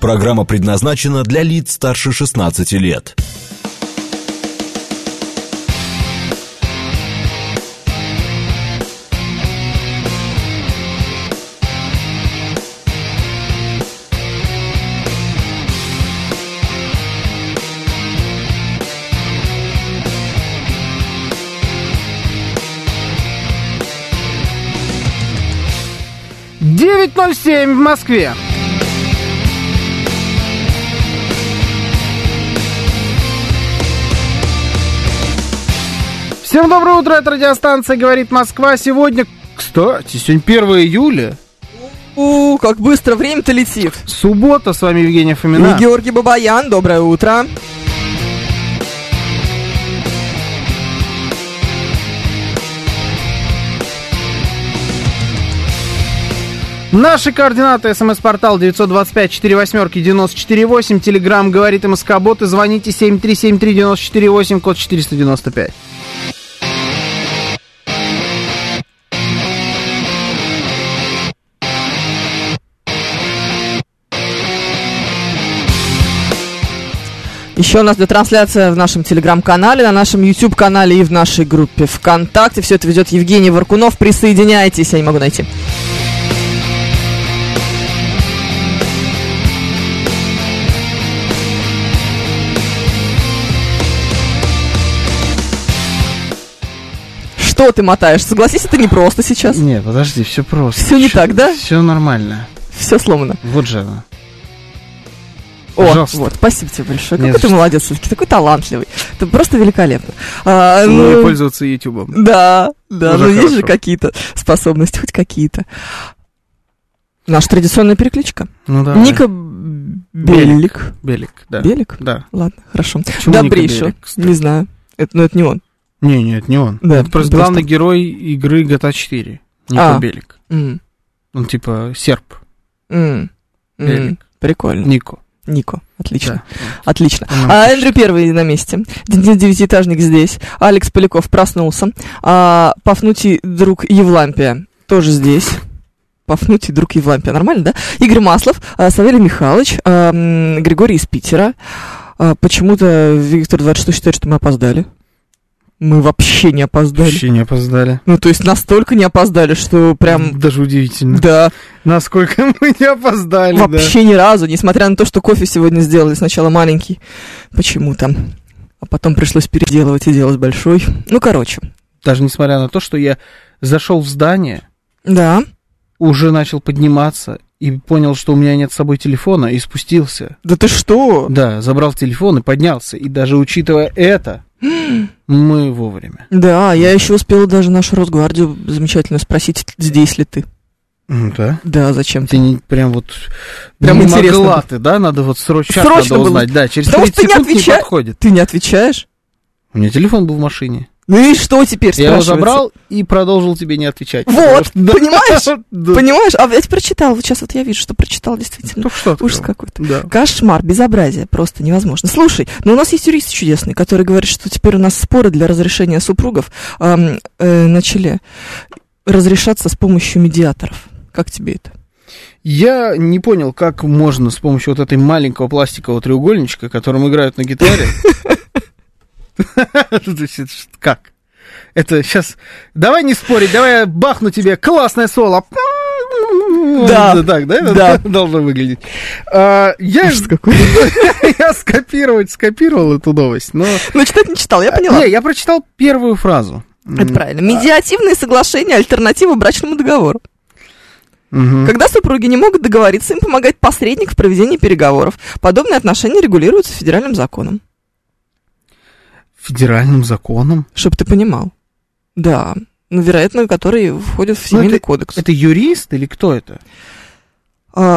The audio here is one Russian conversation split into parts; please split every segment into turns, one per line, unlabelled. Программа предназначена для лиц старше 16 лет.
Девять ноль семь в Москве. Всем доброе утро, это радиостанция «Говорит Москва». Сегодня, кстати, сегодня 1 июля,
У, как быстро время-то летит.
суббота, с вами Евгения Фомина.
И Георгий Бабаян, доброе утро.
Наши координаты, смс-портал 925-48-94-8, телеграмм «Говорит МСК-бот» и звоните 7373948, код 495.
Еще у нас идет трансляция в нашем телеграм-канале, на нашем YouTube-канале и в нашей группе ВКонтакте. Все это ведет Евгений Варкунов. Присоединяйтесь, я не могу найти. Что ты мотаешь? Согласись, это не просто сейчас.
Не, подожди, все просто.
Всё не так, да?
Все нормально.
Все сломано.
Вот же она.
О,
Пожалуйста.
вот, спасибо тебе большое.
Не
Какой
за
ты
что.
молодец, все-таки такой талантливый. Ты просто великолепно. А,
Умею
ну,
пользоваться Ютубом.
Да, да,
Уже
но есть же
хорошо.
какие-то способности, хоть какие-то. Наша традиционная перекличка.
Ну да.
Ника Белик.
Белик, да.
Белик?
Да.
Ладно, хорошо.
Почему Ника
Добрейшо.
Белик, кстати?
Не знаю. Это, ну, это не он.
Не, не, это не он.
Да,
это просто,
просто-
главный герой игры GTA 4. Ника
А.
Белик.
М,
Он типа серп.
м, м,
Белик.
Прикольно.
Нико.
Нико. Отлично.
Да.
Отлично.
Он
А Эндрю первый на месте. Денис Девятиэтажник здесь. Алекс Поляков проснулся. А, Пафнутий, друг Евлампия, тоже здесь. Пафнутий, друг Евлампия. Нормально, да? Игорь Маслов, а, Савелий Михайлович, а, м, Григорий из Питера. А, Почему-то Виктор 26 считает, что мы опоздали. Мы вообще не опоздали.
Вообще не опоздали.
Ну, то есть настолько не опоздали, что прям...
Даже удивительно.
Да,
Насколько мы не опоздали,
вообще ни разу, несмотря на то, что кофе сегодня сделали сначала маленький почему-то, а потом пришлось переделывать и делать большой. Ну, короче,
да. Даже несмотря на то, что я зашел в здание,
да,
уже начал подниматься и понял, что у меня нет с собой телефона, и спустился.
да ты что?
Да, забрал телефон и поднялся. И даже учитывая это, мы вовремя.
Да, я еще успела даже нашу Росгвардию замечательно спросить, здесь ли ты.
Да.
Да, зачем ты?
Ты не- прям вот
Прям
не
интересно
могла
было.
ты, да? Надо вот срочно, щас
Срочно
надо
было.
узнать. Да, через
Потому
30
что ты не
секунд не
отвечаешь.
подходит.
Ты не отвечаешь?
У меня телефон был в машине.
Ну и что теперь,
Я его
спрашивается?
забрал и продолжил тебе не отвечать.
Вот,
Да.
понимаешь?
Да.
Понимаешь? А я теперь прочитала, вот сейчас вот я вижу, что прочитал действительно.
Только что
Ужас
открыл.
какой-то.
Да.
Кошмар, безобразие, просто невозможно. Слушай, но у нас есть юрист чудесный, который говорит, что теперь у нас споры для разрешения супругов ам, э, начали разрешаться с помощью медиаторов. Как тебе это?
Я не понял, как можно с помощью вот этой маленького пластикового треугольничка, которым играют на гитаре. То есть это ж Как? Это сейчас... Давай не спорить, давай я бахну тебе классное соло.
Да.
Вот Так, да?
Да.
Это должно выглядеть. А, Я
Ужас какой.
я скопировать скопировал эту новость, но...
Ну, читать не читал, я поняла.
Не, я прочитал первую фразу.
Это правильно.
а.
Медиативные соглашения – альтернатива брачному договору.
Мгм.
Когда супруги не могут договориться, им помогает посредник в проведении переговоров. Подобные отношения регулируются федеральным законом.
Федеральным законом.
Чтоб ты понимал. Да. Ну, вероятно, которые входят в семейный
Ну, это-
кодекс.
Это юрист или кто это?
А,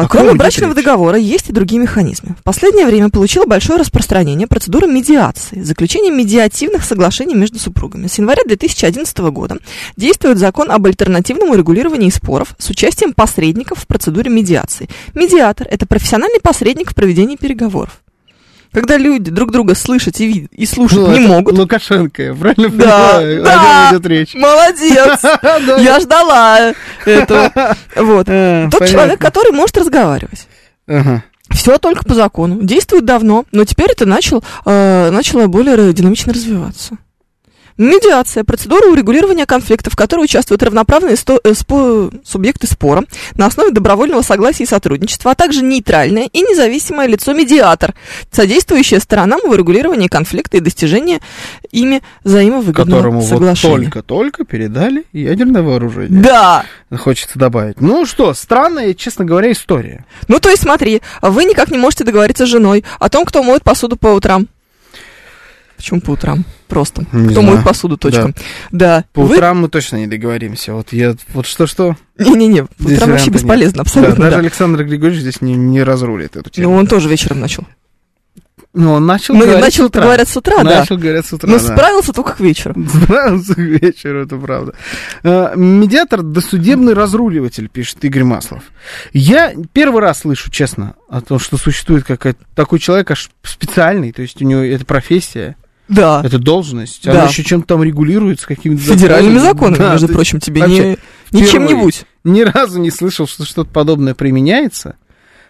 О ком
Кроме
идет
брачного
речь?
договора есть и другие механизмы. В последнее время получила большое распространение процедура медиации, заключение медиативных соглашений между супругами. С января 2011 года действует закон об альтернативном урегулировании споров с участием посредников в процедуре медиации. Медиатор – это профессиональный посредник в проведении переговоров. Когда люди друг друга слышать и, вид- и слушать
Ну,
не
это
могут.
Лукашенко, я правильно
Да,
понимаю?
да.
О нем идет речь.
Молодец! Я
Ну,
ждала этого. Вот. Тот человек, который может разговаривать. Все только по закону. Действует давно, но теперь это начал, э, начало более динамично развиваться. Медиация – процедура урегулирования конфликтов, в которой участвуют равноправные сто- э, спо- субъекты спора на основе добровольного согласия и сотрудничества, а также нейтральное и независимое лицо-медиатор, содействующее сторонам в урегулировании конфликта и достижении ими взаимовыгодного
которому вот
соглашения.
только-только передали ядерное вооружение.
Да.
Хочется добавить. Ну что, странная, честно говоря, история.
Ну, то есть, смотри, вы никак не можете договориться с женой о том, кто моет посуду по утрам. Почему по утрам? Просто.
Не
кто
знаю.
моет посуду, точка. Да.
По
Вы-
утрам мы точно не договоримся. Вот я, вот что-что.
Не-не-не, по
Здесь
утрам
варианта
вообще
нет.
бесполезно, абсолютно.
даже
да.
Александр Григорьевич здесь не, не разрулит эту
Ну,
тему.
он тоже вечером начал.
Ну, он начал
Ну,
говорить
начал,
с утра.
говорят, с утра, да. Ну,
Начал говорить с утра,
Но
да.
справился только к вечеру.
Справился к вечеру, это правда. Э, Медиатор, досудебный разруливатель, пишет Игорь Маслов. Я первый раз слышу, честно, о том, что существует какая-то такой человек аж специальный, то есть у него это профессия,
Да.
это должность,
А? Да.
она еще чем-то там регулируется, какими-то
Федеральными законами,
Да,
между
то есть
прочим, тебе
вообще
не, не чем-нибудь.
Ни разу не слышал, что что-то подобное применяется.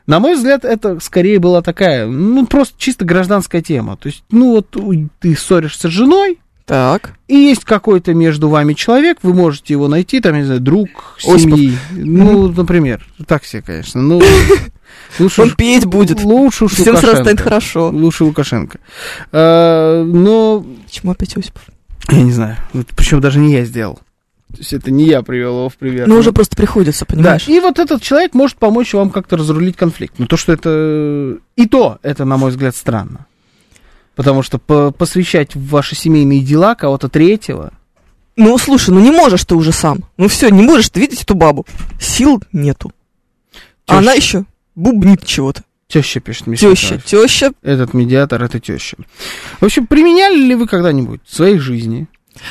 На мой взгляд, это скорее была такая, ну, просто чисто гражданская тема. То есть, ну, вот у- ты ссоришься с женой,
Так.
и есть какой-то между вами человек, вы можете его найти, там, я не знаю, друг
Осипов.
семьи. Ну, например, так себе, конечно. Ну, лучше
Он
уж-
петь будет.
Лучше уж
Всем сразу станет
Лукашенко.
хорошо.
Лучше Лукашенко. А, Но,
Почему опять Осипов?
я не знаю, причем даже не я сделал. То есть это не я привел его в пример.
Ну, уже просто приходится,
Да,
понимаешь?
и вот этот человек может помочь вам как-то разрулить конфликт. Но то, что это... И то, это, на мой взгляд, странно. Потому что по- посвящать в ваши семейные дела кого-то третьего...
Ну, слушай, ну не можешь ты уже сам. Ну все, не можешь ты видеть эту бабу. Сил нету. А
Тёща.
она еще бубнит чего-то.
Теща пишет мне.
Теща, теща.
Этот медиатор, это теща. В общем, применяли ли вы когда-нибудь в своей жизни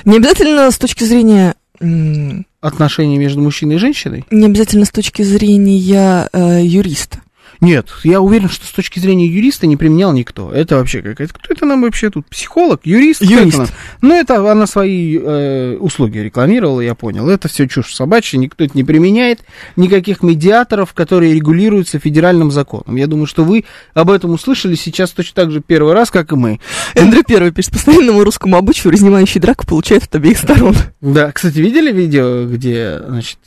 Не обязательно с точки зрения... м,
отношения между мужчиной и женщиной?
Не обязательно с точки зрения э, юриста.
Нет, я уверен, что с точки зрения юриста не применял никто. Это вообще какая-то... Кто это нам вообще тут? Психолог? Юрист? Кто это
Юрист.
нам? Ну, это она свои э, услуги рекламировала, я понял. Это все чушь собачья, никто это не применяет. Никаких медиаторов, которые регулируются федеральным законом. Я думаю, что вы об этом услышали сейчас точно так же первый раз, как и мы.
Эндрю Первый пишет, постоянному русскому обычаю, разнимающий драку, получает от обеих сторон.
Да, кстати, видели видео, где, значит,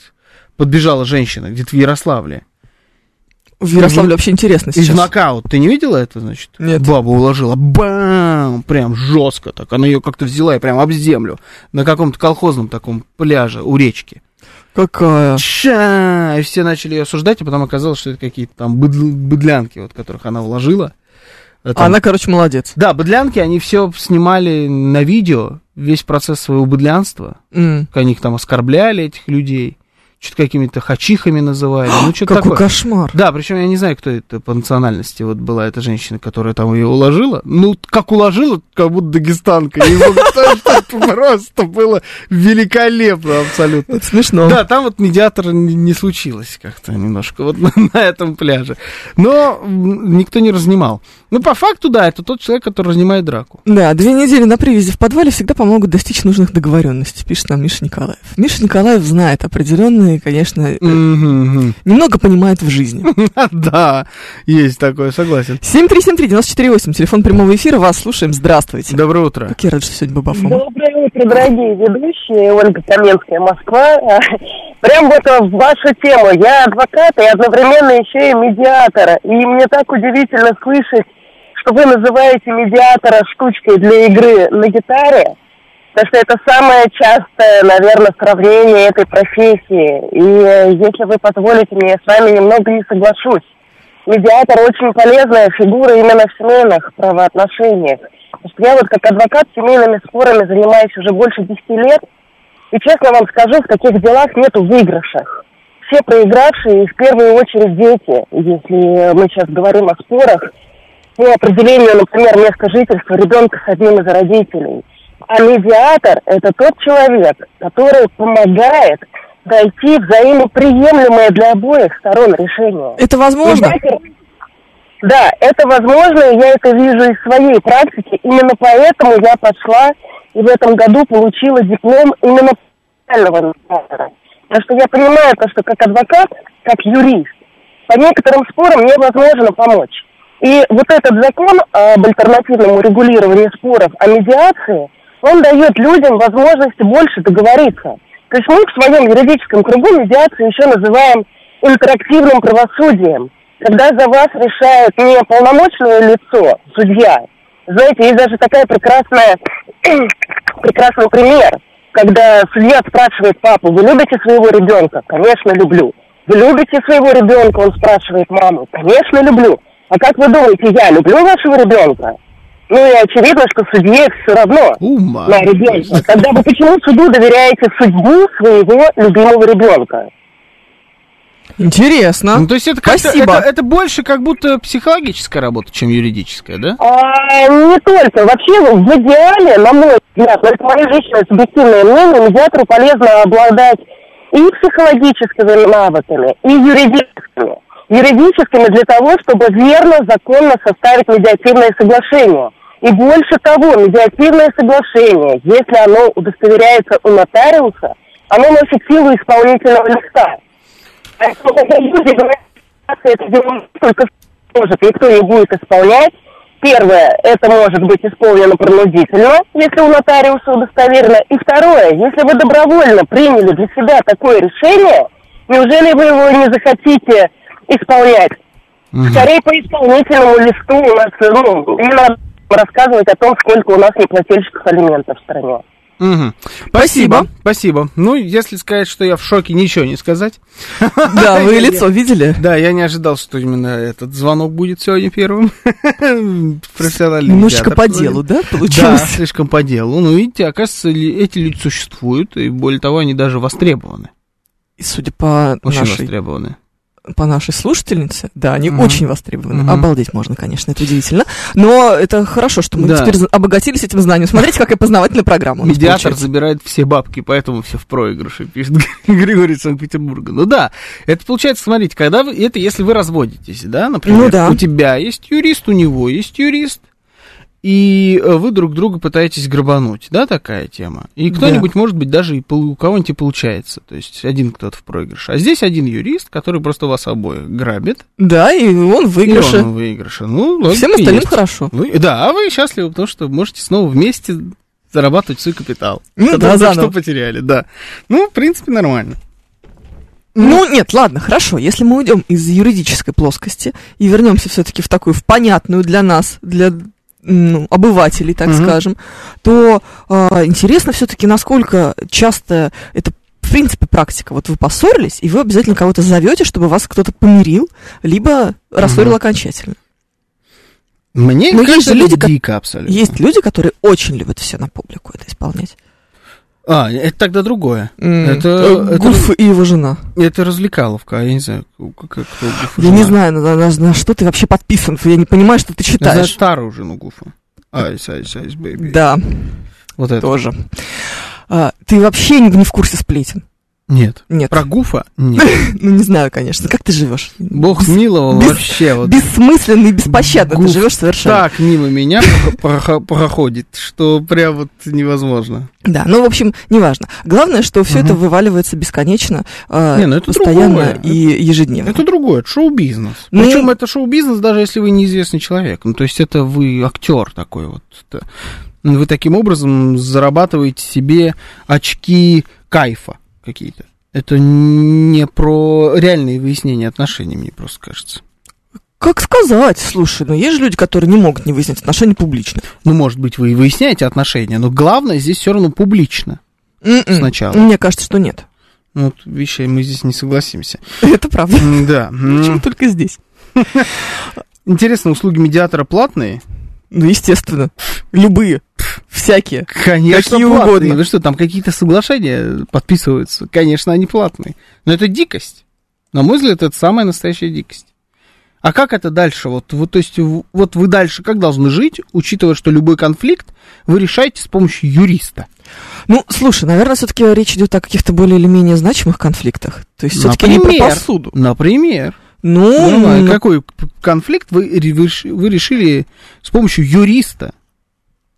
подбежала женщина, где-то в Ярославле?
В Ярославле вообще интересно
И в
сейчас.
нокаут. Ты не видела это, значит?
Нет.
Баба уложила, бам, прям жестко так. Она ее как-то взяла и прям об землю на каком-то колхозном таком пляже у речки.
Какая?
Ша! И все начали ее осуждать, а потом оказалось, что это какие-то там быдл- быдлянки, вот, которых она уложила. А там-
Она, короче, молодец.
Да, быдлянки, они все снимали на видео, весь процесс своего быдлянства.
М.
как они их там оскорбляли, этих людей, что-то какими-то хачихами называли, ну что-то
Какой
такое.
кошмар.
Да, причем я не знаю, кто это по национальности вот была эта женщина, которая там ее уложила. Ну, как уложила, как будто дагестанка. И вот это просто было великолепно абсолютно.
Это смешно.
Да, там вот медиатора не, не случилось как-то немножко вот на, на этом пляже. Но м, никто не разнимал. Ну, по факту, да, это тот человек, который разнимает драку.
Да, две недели на привязи в подвале всегда помогут достичь нужных договоренностей, пишет нам Миша Николаев. Миша Николаев знает определенные, конечно, э,
Мгм.
немного понимает в жизни.
Да, есть такое, согласен.
7373948, телефон прямого эфира, вас слушаем, здравствуйте.
Доброе утро.
Как я рад, что сегодня Баба Фома.
Доброе утро, дорогие ведущие. Ольга Каменская, Москва. А, Прям вот в вашу тему. Я адвокат и одновременно еще и медиатор. И мне так удивительно слышать, что вы называете медиатора штучкой для игры на гитаре. Потому что это самое частое, наверное, сравнение этой профессии. И э, если вы позволите мне, я с вами немного не соглашусь. Медиатор очень полезная фигура именно в семейных правоотношениях. Потому что я вот как адвокат семейными спорами занимаюсь уже больше 10 лет. И честно вам скажу, в таких делах нету выигрышах. Все проигравшие, и в первую очередь дети, если мы сейчас говорим о спорах, по определению, например, места жительства ребенка с одним из родителей. А медиатор – это тот человек, который помогает дойти взаимоприемлемое для обоих сторон решение.
Это возможно?
Медиатор- Да, это возможно, и я это вижу из своей практики. Именно поэтому я пошла и в этом году получила диплом именно профессионального медиатора. Потому что я понимаю то, что как адвокат, как юрист, по некоторым спорам невозможно помочь. И вот этот закон об альтернативном урегулировании споров о медиации, он дает людям возможности больше договориться. То есть мы в своем юридическом кругу медиацию еще называем интерактивным правосудием, когда за вас решает не полномочное лицо, судья. Знаете, есть даже такая прекрасная, прекрасный пример, когда судья спрашивает папу, вы любите своего ребенка? Конечно, люблю. Вы любите своего ребенка? Он спрашивает маму. Конечно, люблю. А как вы думаете, я люблю вашего ребенка? Ну и очевидно, что судье все равно
Ума.
на ребенка. Тогда вы почему суду доверяете судьбу своего любимого ребенка?
Интересно.
Ну, то есть это как-то-
Спасибо.
Это, это больше как будто психологическая работа, чем юридическая, да?
А, не только. Вообще, в идеале, на мой взгляд, но это мое личное субъективное мнение, медиатору полезно обладать и психологическими навыками, и юридическими. Юридическими для того, чтобы верно, законно составить медиативное соглашение. И больше того, медиативное соглашение, если оно удостоверяется у нотариуса, оно носит силу исполнительного листа. Поэтому, когда люди говорят, что это дело только может, никто не будет исполнять. Первое, это может быть исполнено принудительно, если у нотариуса удостоверено. И второе, если вы добровольно приняли для себя такое решение, неужели вы его не захотите исполнять? Скорее по исполнительному листу у нас, ну, не надо рассказывать о том, сколько у нас неплательщиков алиментов в стране.
Мгм.
Спасибо.
Спасибо. Спасибо. Ну, если сказать, что я в шоке, ничего не сказать.
Да, вы
Я- я-
лицо видели?
Да, я не ожидал, что именно этот звонок будет сегодня первым. Профессиональный
Немножечко
медиатор
по
звонит.
делу, да,
Да,
получилось?
слишком по делу. Ну, видите, оказывается, ли- эти люди существуют, и более того, они даже востребованы.
И судя по
Очень
нашей
востребованы.
по нашей слушательнице. Да, они
Мгм.
очень востребованы.
Мгм.
Обалдеть можно, конечно, это удивительно. Но это хорошо, что мы
Да.
теперь за- обогатились этим знанием. Смотрите, какая познавательная программа. у нас
Медиатор
получается.
забирает все бабки, поэтому все в проигрыше, пишет Григорий из Санкт-Петербурга. Ну да, это получается, смотрите, когда вы, это если вы разводитесь, да, например,
Ну да.
у тебя есть юрист, у него есть юрист, и э, вы друг друга пытаетесь грабануть, да, такая тема. И
Да.
кто-нибудь, может быть, даже и пол- у кого-нибудь и получается, то есть один кто-то в проигрыше. А здесь один юрист, который просто вас обоих грабит,
Да, и он в
и
выигрыше.
он в выигрыше. Ну, логика
Всем остальным
есть.
хорошо.
Вы- да, а вы счастливы, потому что можете снова вместе зарабатывать свой капитал.
Ну
который
да,
только
заново.
что потеряли, да. Ну, в принципе, нормально.
Ну, нет, ладно, хорошо. Если мы уйдем из юридической плоскости и вернемся все-таки в такую, в понятную для нас, для ну, обывателей, так
Мгм.
скажем, то а, интересно все-таки, насколько часто это в принципе практика. Вот вы поссорились, и вы обязательно кого-то зовете, чтобы вас кто-то помирил, либо рассорил
Мгм.
окончательно.
Мне
Но Ну, есть
кажется,
же люди,
это
ко-
дико абсолютно.
Есть люди, которые очень любят все на публику это исполнять.
А, это тогда другое.
М,
Это-
э,
это-
Гуф и его жена.
Это развлекаловка, а я не знаю, как, как- кто Гуфа
Я не
жена.
знаю, на, на- на что ты вообще подписан. Я не понимаю, что ты
Я знаю
читаешь.
старую жену Гуфа. Айс, айс, айс, бэйби.
Да.
Вот это.
тоже. А, ты вообще не, не в курсе сплетен?
Нет.
Нет.
Про Гуфа? Нет.
Ну, не знаю, конечно. Как ты живешь?
Бог миловал
Без-
вообще вот.
Бессмысленно и беспощадно
Гуф.
ты живешь совершенно.
Так мимо меня прохо- проходит, что прям вот невозможно.
Да, ну, в общем, неважно. Главное, что все
Мгм.
это вываливается бесконечно, а,
Не, ну это
постоянно
другое.
и ежедневно.
Это другое, это шоу-бизнес.
Ну-
Причем это шоу-бизнес, даже если вы неизвестный человек. Ну, то есть это вы актер такой вот. Это- ну, Вы таким образом зарабатываете себе очки кайфа какие-то. Это не про реальные выяснения отношений, мне просто кажется.
Как сказать? Слушай, ну, есть же люди, которые не могут не выяснять отношения публично.
Ну, может быть, вы и выясняете отношения, но главное здесь все равно публично.
М-м.
Сначала.
Мне кажется, что нет.
Ну, Вот вещи мы здесь не согласимся.
Это правда.
М, Да.
Почему
М,
только здесь?
Интересно, услуги медиатора платные?
Ну, естественно. Любые. Всякие.
Конечно,
Какие
платные.
угодно.
Вы Ну что, там какие-то соглашения подписываются? Конечно, они платные. Но это дикость. На мой взгляд, это самая настоящая дикость. А как это дальше? Вот, вот, то есть, в- вот вы дальше как должны жить, учитывая, что любой конфликт вы решаете с помощью юриста?
Ну, слушай, наверное, все-таки речь идет о каких-то более или менее значимых конфликтах. То есть все-таки не про
Например.
посуду.
Например.
Ну,
Ну, а
ну,
какой п- конфликт вы, ре- вы реш- вы решили с помощью юриста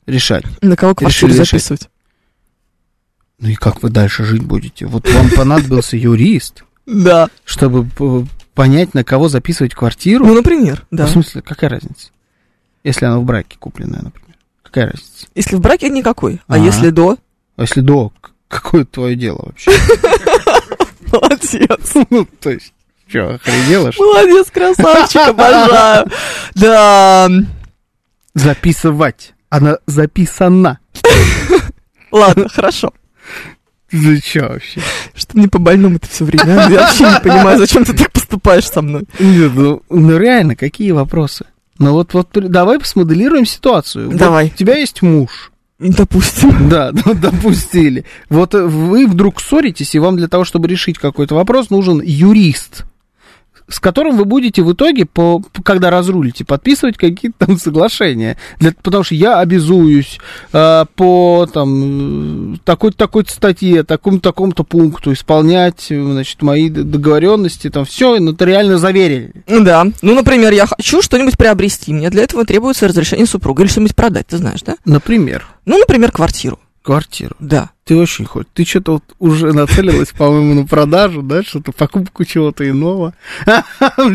решать?
на кого квартиру
решили решить.
записывать?
Ну и как вы дальше жить будете? Вот вам понадобился юрист.
Да.
чтобы п- понять, на кого записывать квартиру? А
Ну, например, да.
В смысле, какая разница? Если она в браке купленная, например. Какая разница?
Если в браке никакой, а
Ага.
если до,
А если до, к- какое твое дело вообще?
молодец.
Ну, то есть, что, охренела, что ли?
Молодец, красавчик, обожаю. Да,
Записывать. Она записана.
ладно, хорошо.
Ты что вообще?
Что мне по больному это все время? а? Я вообще не понимаю, зачем ты так поступаешь со мной.
Нет, ну, ну реально, какие вопросы? Ну вот, вот при- давай посмоделируем ситуацию. Вот
Давай.
у тебя есть муж.
Допустим.
Да, ну, допустили. Вот э, вы вдруг ссоритесь, и вам для того, чтобы решить какой-то вопрос, нужен юрист, с которым вы будете в итоге, по, по- когда разрулите, подписывать какие-то там соглашения. Для- потому что я обязуюсь э, по там, э, такой-то такой статье, такому-такому-то пункту исполнять э, значит, мои д- договоренности, там все нотариально заверили.
Ну Да. Ну, например, я хочу что-нибудь приобрести. Мне для этого требуется разрешение супруга или что-нибудь продать, ты знаешь, да?
Например,
Ну, например, квартиру.
квартиру.
Да.
Ты очень хочешь. Ты что-то вот уже нацелилась, по-моему, на продажу, да? Что-то покупку чего-то иного.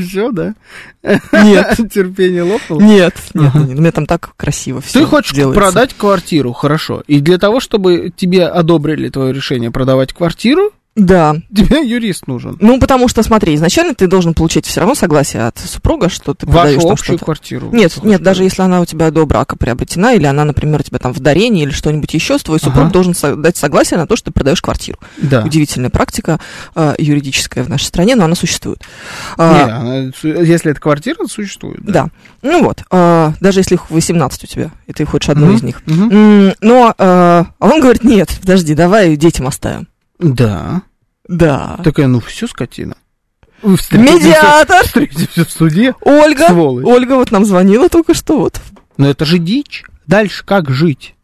Все, да?
Нет.
Терпение лопнуло.
Нет, нет,
Ага.
нет, у меня там так красиво все
Ты хочешь продать квартиру, хорошо. И для того, чтобы тебе одобрили твое решение продавать квартиру,
Да.
тебе юрист нужен.
Ну, потому что, смотри, изначально ты должен получить все равно согласие от супруга, что ты продаешь
Вашу
там
общую
что-то.
квартиру.
Нет, нет, даже если она у тебя до брака приобретена, или она, например, у тебя там в дарении или что-нибудь еще, твой супруг
Ага.
должен со- дать согласие на то, что ты продаешь квартиру.
Да.
Удивительная практика э, юридическая в нашей стране, но она существует.
Не,
А,
она су- если это квартира, то существует.
да. Ну вот, э, даже если их 18 у тебя, и ты хочешь одну
Мгм.
из них.
Мгм.
М, Но, э, а он говорит, нет, подожди, давай детям оставим.
Да.
Да.
Такая, ну все, скотина.
Медиатор!
Встретимся в суде,
Ольга!
сволочь.
Ольга вот нам звонила только что, вот.
Но это же дичь. Дальше как жить?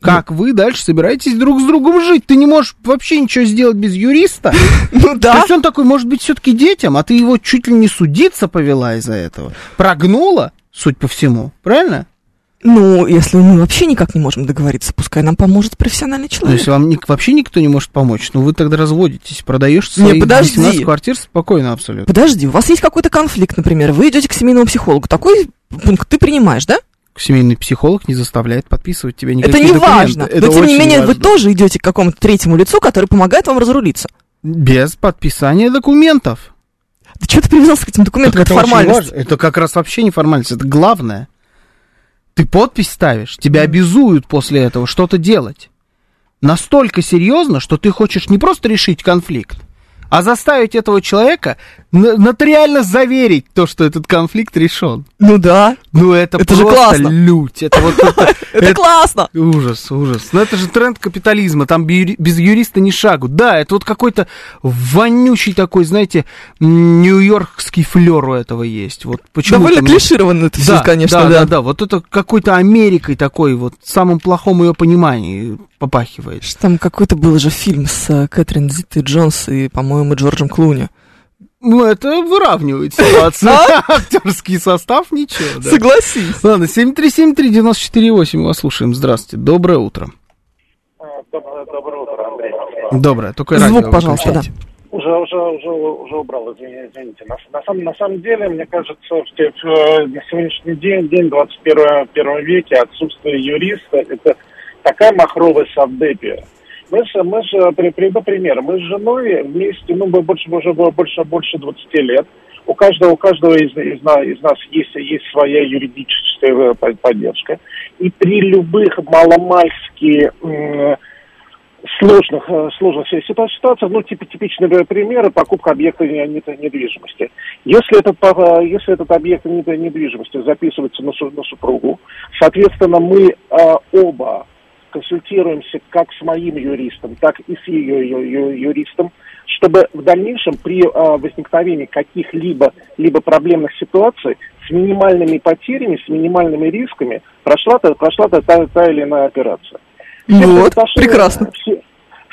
Как
Ну.
вы дальше собираетесь друг с другом жить? Ты не можешь вообще ничего сделать без юриста.
Ну
То
да.
есть он такой, может быть, все-таки детям, а ты его чуть ли не судиться повела из-за этого. Прогнула, суть по всему, правильно?
Ну, если мы вообще никак не можем договориться, пускай нам поможет профессиональный
Ну,
человек.
если вам ни- вообще никто не может помочь, ну вы тогда разводитесь, продаешь свои
подожди.
18 квартир спокойно абсолютно.
Подожди, у вас есть какой-то конфликт, например, вы идете к семейному психологу, такой пункт ты принимаешь, да?
Семейный психолог не заставляет подписывать тебе никакие
это не
документы.
важно,
Это
но тем не
очень
менее вы
важно.
тоже идете к какому-то третьему лицу, который помогает вам разрулиться.
Без подписания документов.
Да чего ты привязался к этим документам,
Так
Ну, это,
очень
формальность.
важно. Это как раз вообще не формальность, это главное. Ты подпись ставишь, тебя обязуют после этого что-то делать. Настолько серьезно, что ты хочешь не просто решить конфликт, а заставить этого человека н- нотариально заверить то, что этот конфликт решен.
Ну да,
Ну это,
Это же
просто
классно.
лють. Это вот это-
это,
это
классно.
Ужас, ужас. Но это же тренд капитализма, там бе- без юриста ни шагу. Да, это вот какой-то вонючий такой, знаете, м, нью-йоркский флер у этого есть. Вот почему
Довольно клишированно это все, конечно,
ну, да,
да.
да, да. Вот это какой-то Америкой такой вот, в самом плохом ее понимании попахивает.
Что Там какой-то был же фильм с э, Кэтрин Зитой Джонс и, по-моему, Джорджем Клуни.
Ну, это выравнивает ситуацию. Актерский состав, ничего. да.
Согласись.
Ладно, 7373948, вас слушаем. Здравствуйте, доброе утро.
Доброе, доброе утро, Андрей.
Доброе, только
Звук,
радио
пожалуйста,
выключайте.
Уже, уже, уже, уже убрал, извини- извините. На, на, самом, на самом деле, мне кажется, что э, на сегодняшний день, день 21 первом веке, отсутствие юриста – это такая махровость авдепия. Мы же, мы же, при- приведу пример, мы с женой вместе, ну, мы больше, уже было больше, больше 20 лет. У каждого, у каждого из, из на- из нас есть, есть своя юридическая э, по- поддержка. И при любых маломальски м, сложных, э, сложных си- ситуа- ситуациях, ну, типа, типичные б- примеры покупка объекта не- не- недвижимости. Если этот, по- э, если этот объект не- недвижимости записывается на, су- на супругу, соответственно, мы э, оба консультируемся как с моим юристом, так и с ее ю- ю- юристом, чтобы в дальнейшем при э, возникновении каких-либо либо проблемных ситуаций с минимальными потерями, с минимальными рисками прошла, та- прошла та- та- та или иная операция. Все
Ну Вот,
взаимоотношения-
прекрасно.
Все,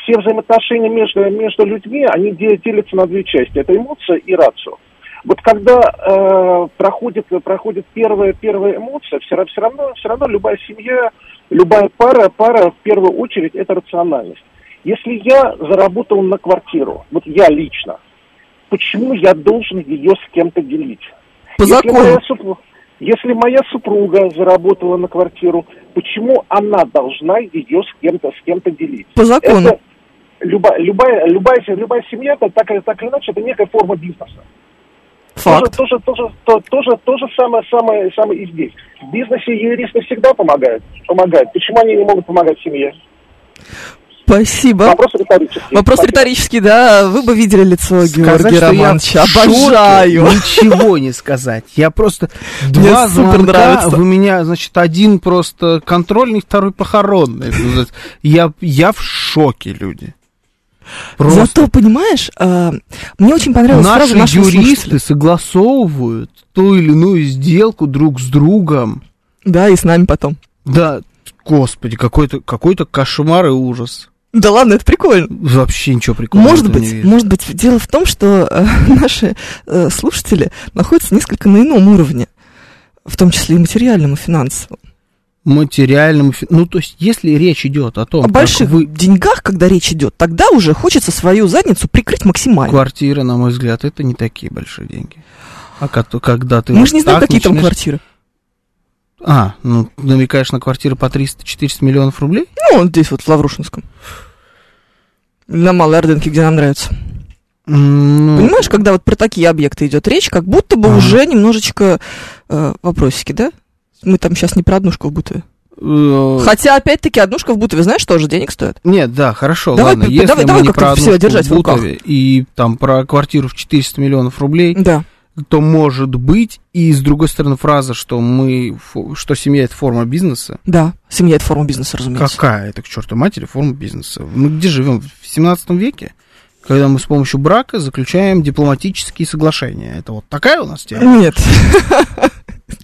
все взаимоотношения между, между людьми, они де- делятся на две части. Это эмоция и рацию. Вот когда э, проходит, проходит первая, первая эмоция, все, ра- все, равно, все равно любая семья, любая пара, пара в первую очередь это рациональность. Если я заработал на квартиру, вот я лично,
почему я должен ее с кем-то делить?
По
Если
закону.
моя супру- Если моя супруга заработала на квартиру, почему она должна ее с кем-то с кем-то делить?
По закону.
Это люба- любая, любая, се- любая семья, это так, или- так или иначе, это некая форма бизнеса.
Факт.
Тоже, тоже, тоже, то, тоже, тоже самое, самое, самое и здесь. В бизнесе юристы всегда помогают. помогают. Почему они не могут помогать семье?
Спасибо.
Вопрос риторический.
Вопрос
Спасибо.
риторический, да. Вы бы видели лицо
Сказать,
Георгия
что я
Романовича.
в шоке, Ну,
Обожаю.
Ничего не сказать. Я просто
Мне
два
супер
звонка,
нравится.
у меня, значит, один просто контрольный, второй похоронный. Это называется. Я, я в шоке, люди. Просто
Зато, понимаешь, э, мне очень понравилась
наши
фраза нашего
юристы
слушателя.
согласовывают ту или иную сделку друг с другом.
Да, и с нами потом.
Да, господи, какой-то какой кошмар и ужас.
Да ладно, это прикольно.
Вообще ничего прикольного
Может
в этом
быть,
не вижу.
может быть, дело в том, что э, наши э, слушатели находятся несколько на ином уровне, в том числе и материальном, и финансовом.
материальным. фи- Ну, то есть, если речь идет о том,
О
как
больших
вы
деньгах, когда речь идет, тогда уже хочется свою задницу прикрыть максимально.
Квартиры, на мой взгляд, это не такие большие деньги. А кото- когда ты...
Мы
вот
же не знаем,
так
какие там
начинаешь-
квартиры.
А, ну, намекаешь на квартиры по 300-400 миллионов рублей?
Ну, вот здесь вот, в Лаврушинском. Или На Малой Ордынке, где нам нравится.
М, ну,
Понимаешь, когда вот про такие объекты идет речь, как будто бы
Ага.
уже немножечко э, вопросики, да? Мы там сейчас не про однушку в Бутове.
э,
Хотя, опять-таки, однушка в Бутове, знаешь, тоже денег стоит.
Нет, да, хорошо,
Давай,
ладно.
п-
Если
давай-
мы
давай
не
как-то
про
всё
однушку
держать в руках.
Бутове и там про квартиру в 400 миллионов рублей,
Да.
то может быть. И с другой стороны фраза, что мы, фо- что семья это форма бизнеса.
Да, семья это форма бизнеса, разумеется.
Какая это, к черту матери, форма бизнеса? Мы где живем? В 17 веке? Когда мы с помощью брака заключаем дипломатические соглашения. Это вот такая у нас тема?
Нет.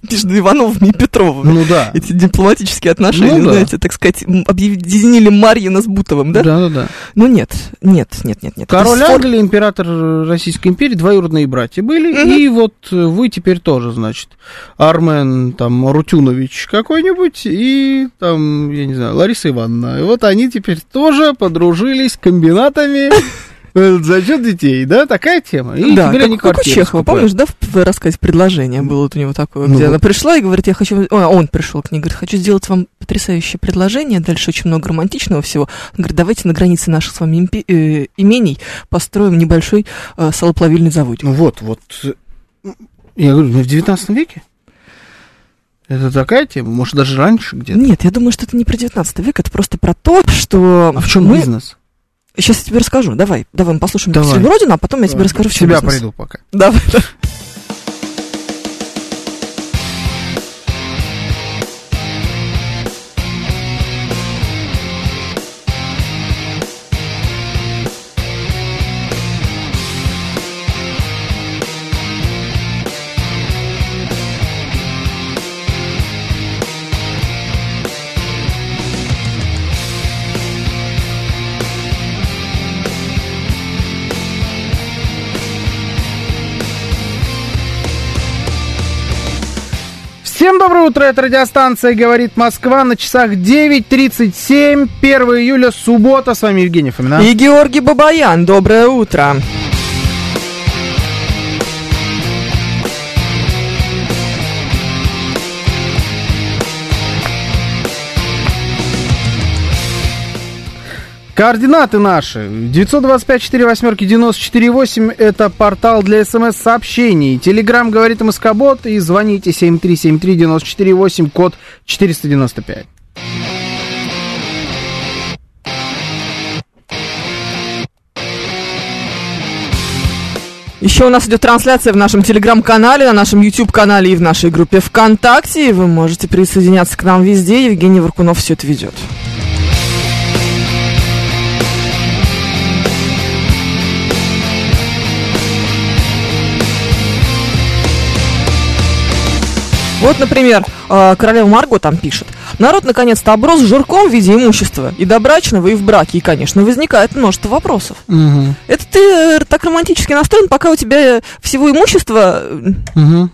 Между Ивановым и Петровым.
Ну да.
Эти дипломатические отношения,
Ну да.
знаете, так сказать, м, объединили Марьина с Бутовым, да?
Да, да, да.
Ну нет, нет, нет, нет, нет.
Король
Это спор-
Англии, император Российской империи, двоюродные братья были.
Мгм.
И вот вы теперь тоже, значит, Армен там Рутюнович какой-нибудь и там, я не знаю, Лариса Ивановна. И вот они теперь тоже подружились комбинатами э, за счет детей, да? Такая тема. И
да,
теперь
как,
они
как у
квартиры
Чехова,
скупают.
помнишь, да, в, в рассказе предложение было вот у него такое,
Ну
где
вот.
она пришла и говорит, я хочу... Ой, а он пришел к ней, говорит, хочу сделать вам потрясающее предложение, дальше очень много романтичного всего. Он говорит, давайте на границе наших с вами импи- э, имений построим небольшой э, салоплавильный заводик.
Ну вот, вот. э, Я говорю, мы в 19 веке? Это такая тема, может, даже раньше где-то.
Нет, я думаю, что это не про 19 век, это просто про то, что...
А в чем
мы...
бизнес?
Сейчас я тебе расскажу, давай, давай мы послушаем
Давай.
Екатерину Родину, а потом я тебе расскажу, в чем
Себя
бизнес.
приду пока.
Давай.
Всем доброе утро, это радиостанция «Говорит Москва» на часах 9.37, 1 июля, суббота. С вами Евгений Фомина.
И Георгий Бабаян, доброе утро.
Координаты наши. 925-48-94-8 это портал для смс-сообщений. Телеграм говорит Москобот и звоните 7373-94-8, код 495.
Еще у нас идет трансляция в нашем телеграм-канале, на нашем YouTube-канале и в нашей группе ВКонтакте. И вы можете присоединяться к нам везде. Евгений Варкунов все это ведет. Вот, например, э, королева Марго там пишет. Народ наконец-то оброс жирком в виде имущества. И добрачного, и в браке. И, конечно, возникает множество вопросов.
Угу,
Это ты э, так романтически настроен, пока у тебя всего имущества э,
угу.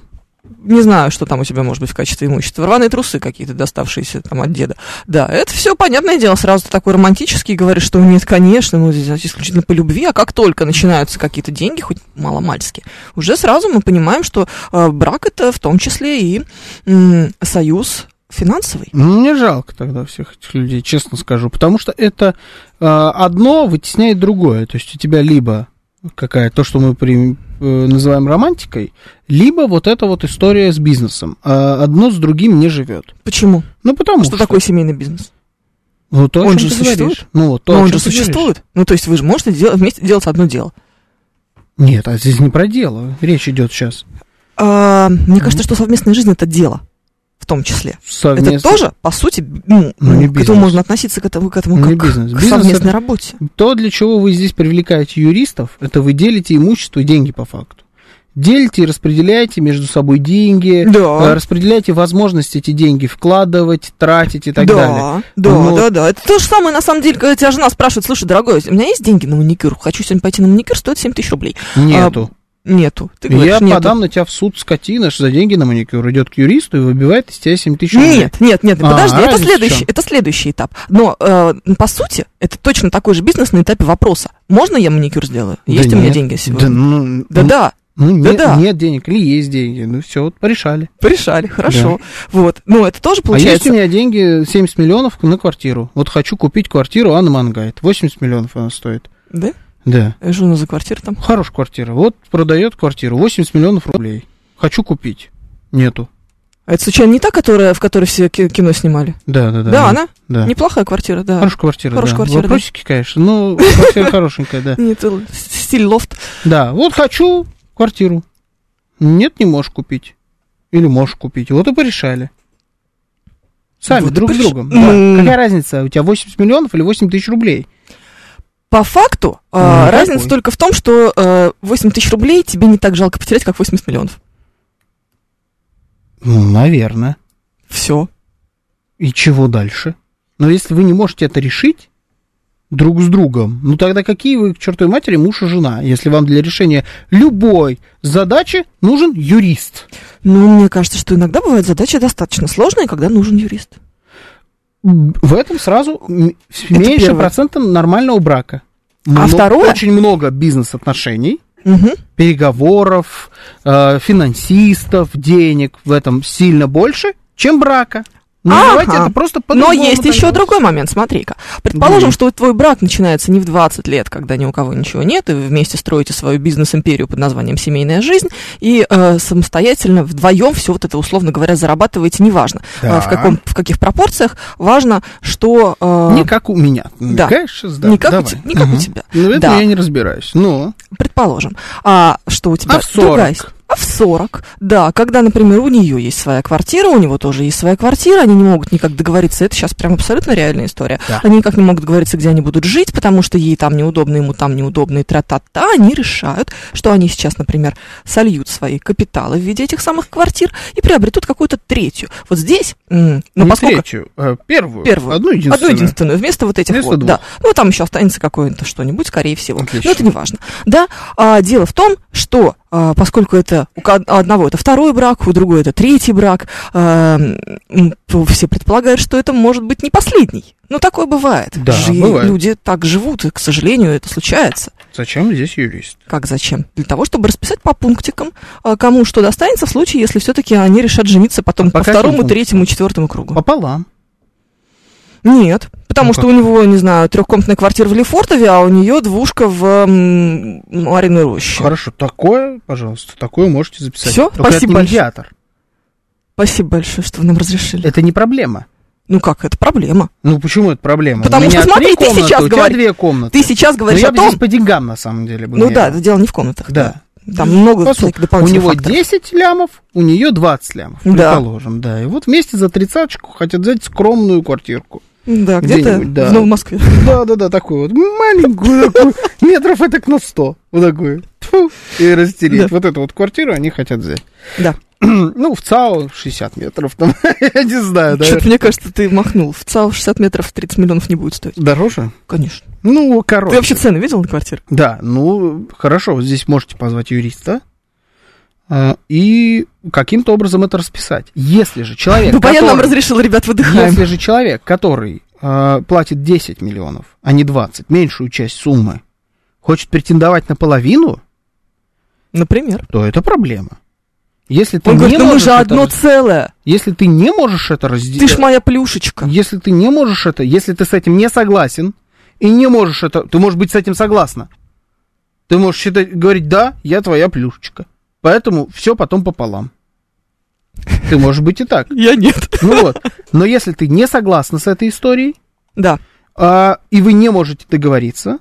не знаю, что там у тебя может быть в качестве имущества, рваные трусы какие-то, доставшиеся там от деда. Да, это все понятное дело, сразу ты такой романтический говоришь, что нет, конечно, ну, здесь исключительно по любви, а как только начинаются какие-то деньги, хоть маломальски, уже сразу мы понимаем, что э, брак это в том числе и м, союз финансовый.
Ну, мне жалко тогда всех этих людей, честно скажу, потому что это э, одно вытесняет другое. То есть у тебя либо какая то, что мы при- э, называем романтикой, либо вот эта вот история с бизнесом. А одно с другим не живет.
Почему?
Ну, потому
Что такое семейный бизнес?
Ну, то, о
Он
чем
же
ты
существует?
говоришь. Ну, вот, то,
Но
о
он
чем
же
ты говоришь.
существует. Ну, то есть вы же можете дел- вместе делать одно дело.
Нет, а здесь не про дело. Речь идет сейчас.
А, мне кажется, что совместная жизнь это дело, в том числе.
Совместно.
Это тоже, по сути, ну,
Ну, не
к
бизнес.
этому можно относиться к этому, к этому
Не
как
бизнес.
к
Бизнес
совместной
это-
работе.
То, для чего вы здесь привлекаете юристов, это вы делите имущество и деньги по факту. Делите и распределяете между собой деньги,
Да.
э, распределяете возможность эти деньги вкладывать, тратить и так
да,
далее. Ну,
да,
Но-
да, да. Это то же самое, на самом деле, когда тебя жена спрашивает, слушай, дорогой, у меня есть деньги на маникюр? Хочу сегодня пойти на маникюр, стоит 7 тысяч рублей.
Нету.
Нету. А, Ты
И я
говоришь, нету.
подам на тебя в суд, скотина, что за деньги на маникюр. Идет к юристу и выбивает из тебя 7 тысяч рублей.
Нет, нет, нет,
А,
подожди, это,
разница в
следующий,
чем?
это следующий этап. Но, э, ну, по сути, это точно такой же бизнес на этапе вопроса. Можно я маникюр сделаю?
Да
Есть у меня
нет.
деньги
Да,
сегодня?
ну,
Да,
ну,
да,
ну, не-
да
нет,
да.
денег, или есть деньги. Ну все, вот порешали.
порешали, хорошо. Вот, ну это
А
тоже
есть
получается...
у меня деньги 70 миллионов на квартиру. Вот хочу купить квартиру Анна Мангайт. 80 миллионов она стоит.
Да?
Да.
Жена за квартиру там.
Хорошая квартира. Вот продает квартиру. 80 миллионов рублей. Хочу купить. Нету.
А это случайно не та, которая, в которой все ки- кино снимали?
Да, да, да.
Да, она?
Да.
Неплохая квартира, да.
Хорошая квартира,
А. Хорошая
да.
квартира, да.
Вопросики, конечно. Ну, квартира хорошенькая, да.
Нет, э, с- стиль лофт.
Да, вот хочу квартиру. Нет, не можешь купить. Или можешь купить. Вот и порешали. Сами,
Вот и
друг с
пореш-
другом. да.
М.
Какая разница, у тебя 80 миллионов или 8 тысяч рублей?
По факту, э,
Никакой.
разница только в том, что э, 8 тысяч рублей тебе не так жалко потерять, как 80 миллионов.
Ну, наверное.
Все.
И чего дальше? Но если вы не можете это решить друг с другом, ну тогда какие вы к чертовой матери муж и жена, если вам для решения любой задачи нужен юрист?
Ну, мне кажется, что иногда бывают задачи достаточно сложные, когда нужен юрист.
М, В этом сразу м, с-
Это
меньше
первое.
процента нормального брака.
А второе?
Очень много бизнес-отношений,
Мгм.
переговоров, э, финансистов, денег в этом сильно больше, чем брака. Называйте
Ага.
это просто
Но
по-другому
есть еще
тогда.
другой момент, смотри-ка. Предположим,
Есть.
что твой брак начинается не в 20 лет, когда ни у кого ничего нет, и вы вместе строите свою бизнес-империю под названием «Семейная жизнь», и э, самостоятельно вдвоем все вот это, условно говоря, зарабатываете, неважно,
Да.
э, в, каком, в каких пропорциях, важно, что... э,
Не как у меня. Ну,
Да.
Конечно, да.
не как у
давай.
те- не как у
Ага.
тебя.
Ну, это
Да.
я не разбираюсь. Ну,
Предположим, а что у тебя
А в 40?
другая с- А в 40, да, когда, например, у нее есть своя квартира, у него тоже есть своя квартира, они не могут никак договориться, это сейчас прям абсолютно реальная история,
Да.
они никак не могут договориться, где они будут жить, потому что ей там неудобно, ему там неудобно, и тра-та-та, они решают, что они сейчас, например, сольют свои капиталы в виде этих самых квартир и приобретут какую-то третью. Вот здесь, м, ну,
не
поскольку...
третью, а первую.
Первую.
Одну единственную.
Одну единственную, вместо вот этих
Вместо
вот,
двух.
да. Ну, там еще останется какое-то что-нибудь, скорее всего.
Отлично.
Но это не важно. Да, а, дело в том, что а, поскольку это у ка- одного это второй брак, у другого это третий брак, а, м, то все предполагают, что это может быть не последний. Но такое бывает.
Да, бывает.
Люди так живут, и, к сожалению, это случается.
Зачем здесь юрист?
Как зачем? Для того, чтобы расписать по пунктикам, а, кому что достанется в случае, если все-таки они решат жениться потом
А по
по
каким
второму,
пунктам?
третьему, четвертому кругу.
Пополам.
Нет, потому
Ну
что
как?
у него, не знаю, трехкомнатная квартира в Лефортове, а у нее двушка в м, Мариной роще.
Хорошо, такое, пожалуйста, такое можете записать.
Всё,
Только
спасибо
это не
большое.
медиатор.
Спасибо большое, что вы нам разрешили.
Это не проблема.
Ну как, это проблема.
Ну почему это проблема?
Потому
У
что,
меня
смотри,
три
ты
комнаты,
сейчас
у тебя
говори-
две комнаты.
Ты сейчас
Но
говоришь
Ну я
о
бы здесь
том...
по деньгам, на самом деле, бы
Ну
мерил.
да, это дело не в комнатах.
Да.
Там много
Послушай,
всяких
Ну, У
дополнительных
него
факторов.
10 лямов, у нее 20 лямов,
Да.
предположим, да. И вот вместе за тридцаточку хотят взять скромную квартирку.
Да, где-то
где-нибудь, да.
в Новой Москве.
Да, да, да, такую вот маленькую, такую, метров это на 100. Вот такую. Тьфу, и
Да.
растереть. Вот эту вот квартиру они хотят взять.
Да.
Ну, в ЦАО 60 метров там, я не знаю, да.
Что-то мне кажется, ты махнул. В ЦАО 60 метров 30 миллионов не будет стоить.
Дороже?
Конечно.
Ну,
Ты
короче.
вообще цены видел на квартиры?
Да, ну, хорошо, вот здесь можете позвать юриста. э, и каким-то образом это расписать. Если же человек,
Бабаян нам
который-
разрешил, ребят, выдыхаем.
если же человек, который э, платит 10 миллионов, а не 20, меньшую часть суммы, хочет претендовать на половину,
Например.
то это проблема. Если ты
Он
не
говорит, ну мы
можешь
же
это
одно
раз-
целое.
Если ты не можешь это
Ты
разделить...
ж моя плюшечка.
Если ты не можешь это, если ты с этим не согласен и не можешь это, ты можешь быть с этим согласна. Ты можешь считать, говорить, да, я твоя плюшечка. Поэтому все потом пополам. Ты можешь быть и так.
Я нет.
Ну вот. Но если ты не согласна с этой историей,
Да.
а, и вы не можете договориться,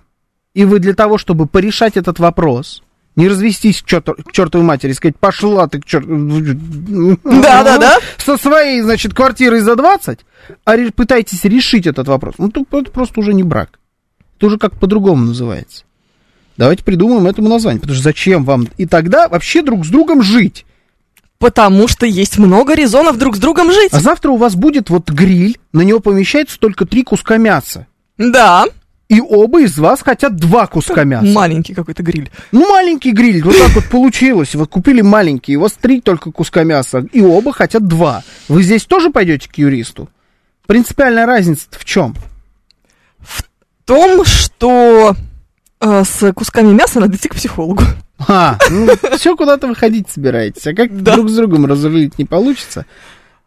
и вы для того, чтобы порешать этот вопрос, не развестись к, черту- к чертовой матери, сказать, пошла ты к черту...
Да, да, да.
Со своей, значит, квартирой за 20, а ре- пытаетесь решить этот вопрос. Ну, тут это просто уже не брак. Это уже как по-другому называется. Давайте придумаем этому название, потому что зачем вам и тогда вообще друг с другом жить?
Потому что есть много резонов друг с другом жить.
А завтра у вас будет вот гриль, на него помещается только три куска мяса.
Да.
И оба из вас хотят два куска мяса.
Маленький какой-то гриль.
Ну, маленький гриль, вот так вот получилось. Вот купили маленький, у вас три только куска мяса, и оба хотят два. Вы здесь тоже пойдете к юристу? Принципиальная разница в чем?
В том, что э, с кусками мяса надо идти к психологу.
А, ну, все куда-то выходить собираетесь, а как
Да.
друг с другом разрулить не получится.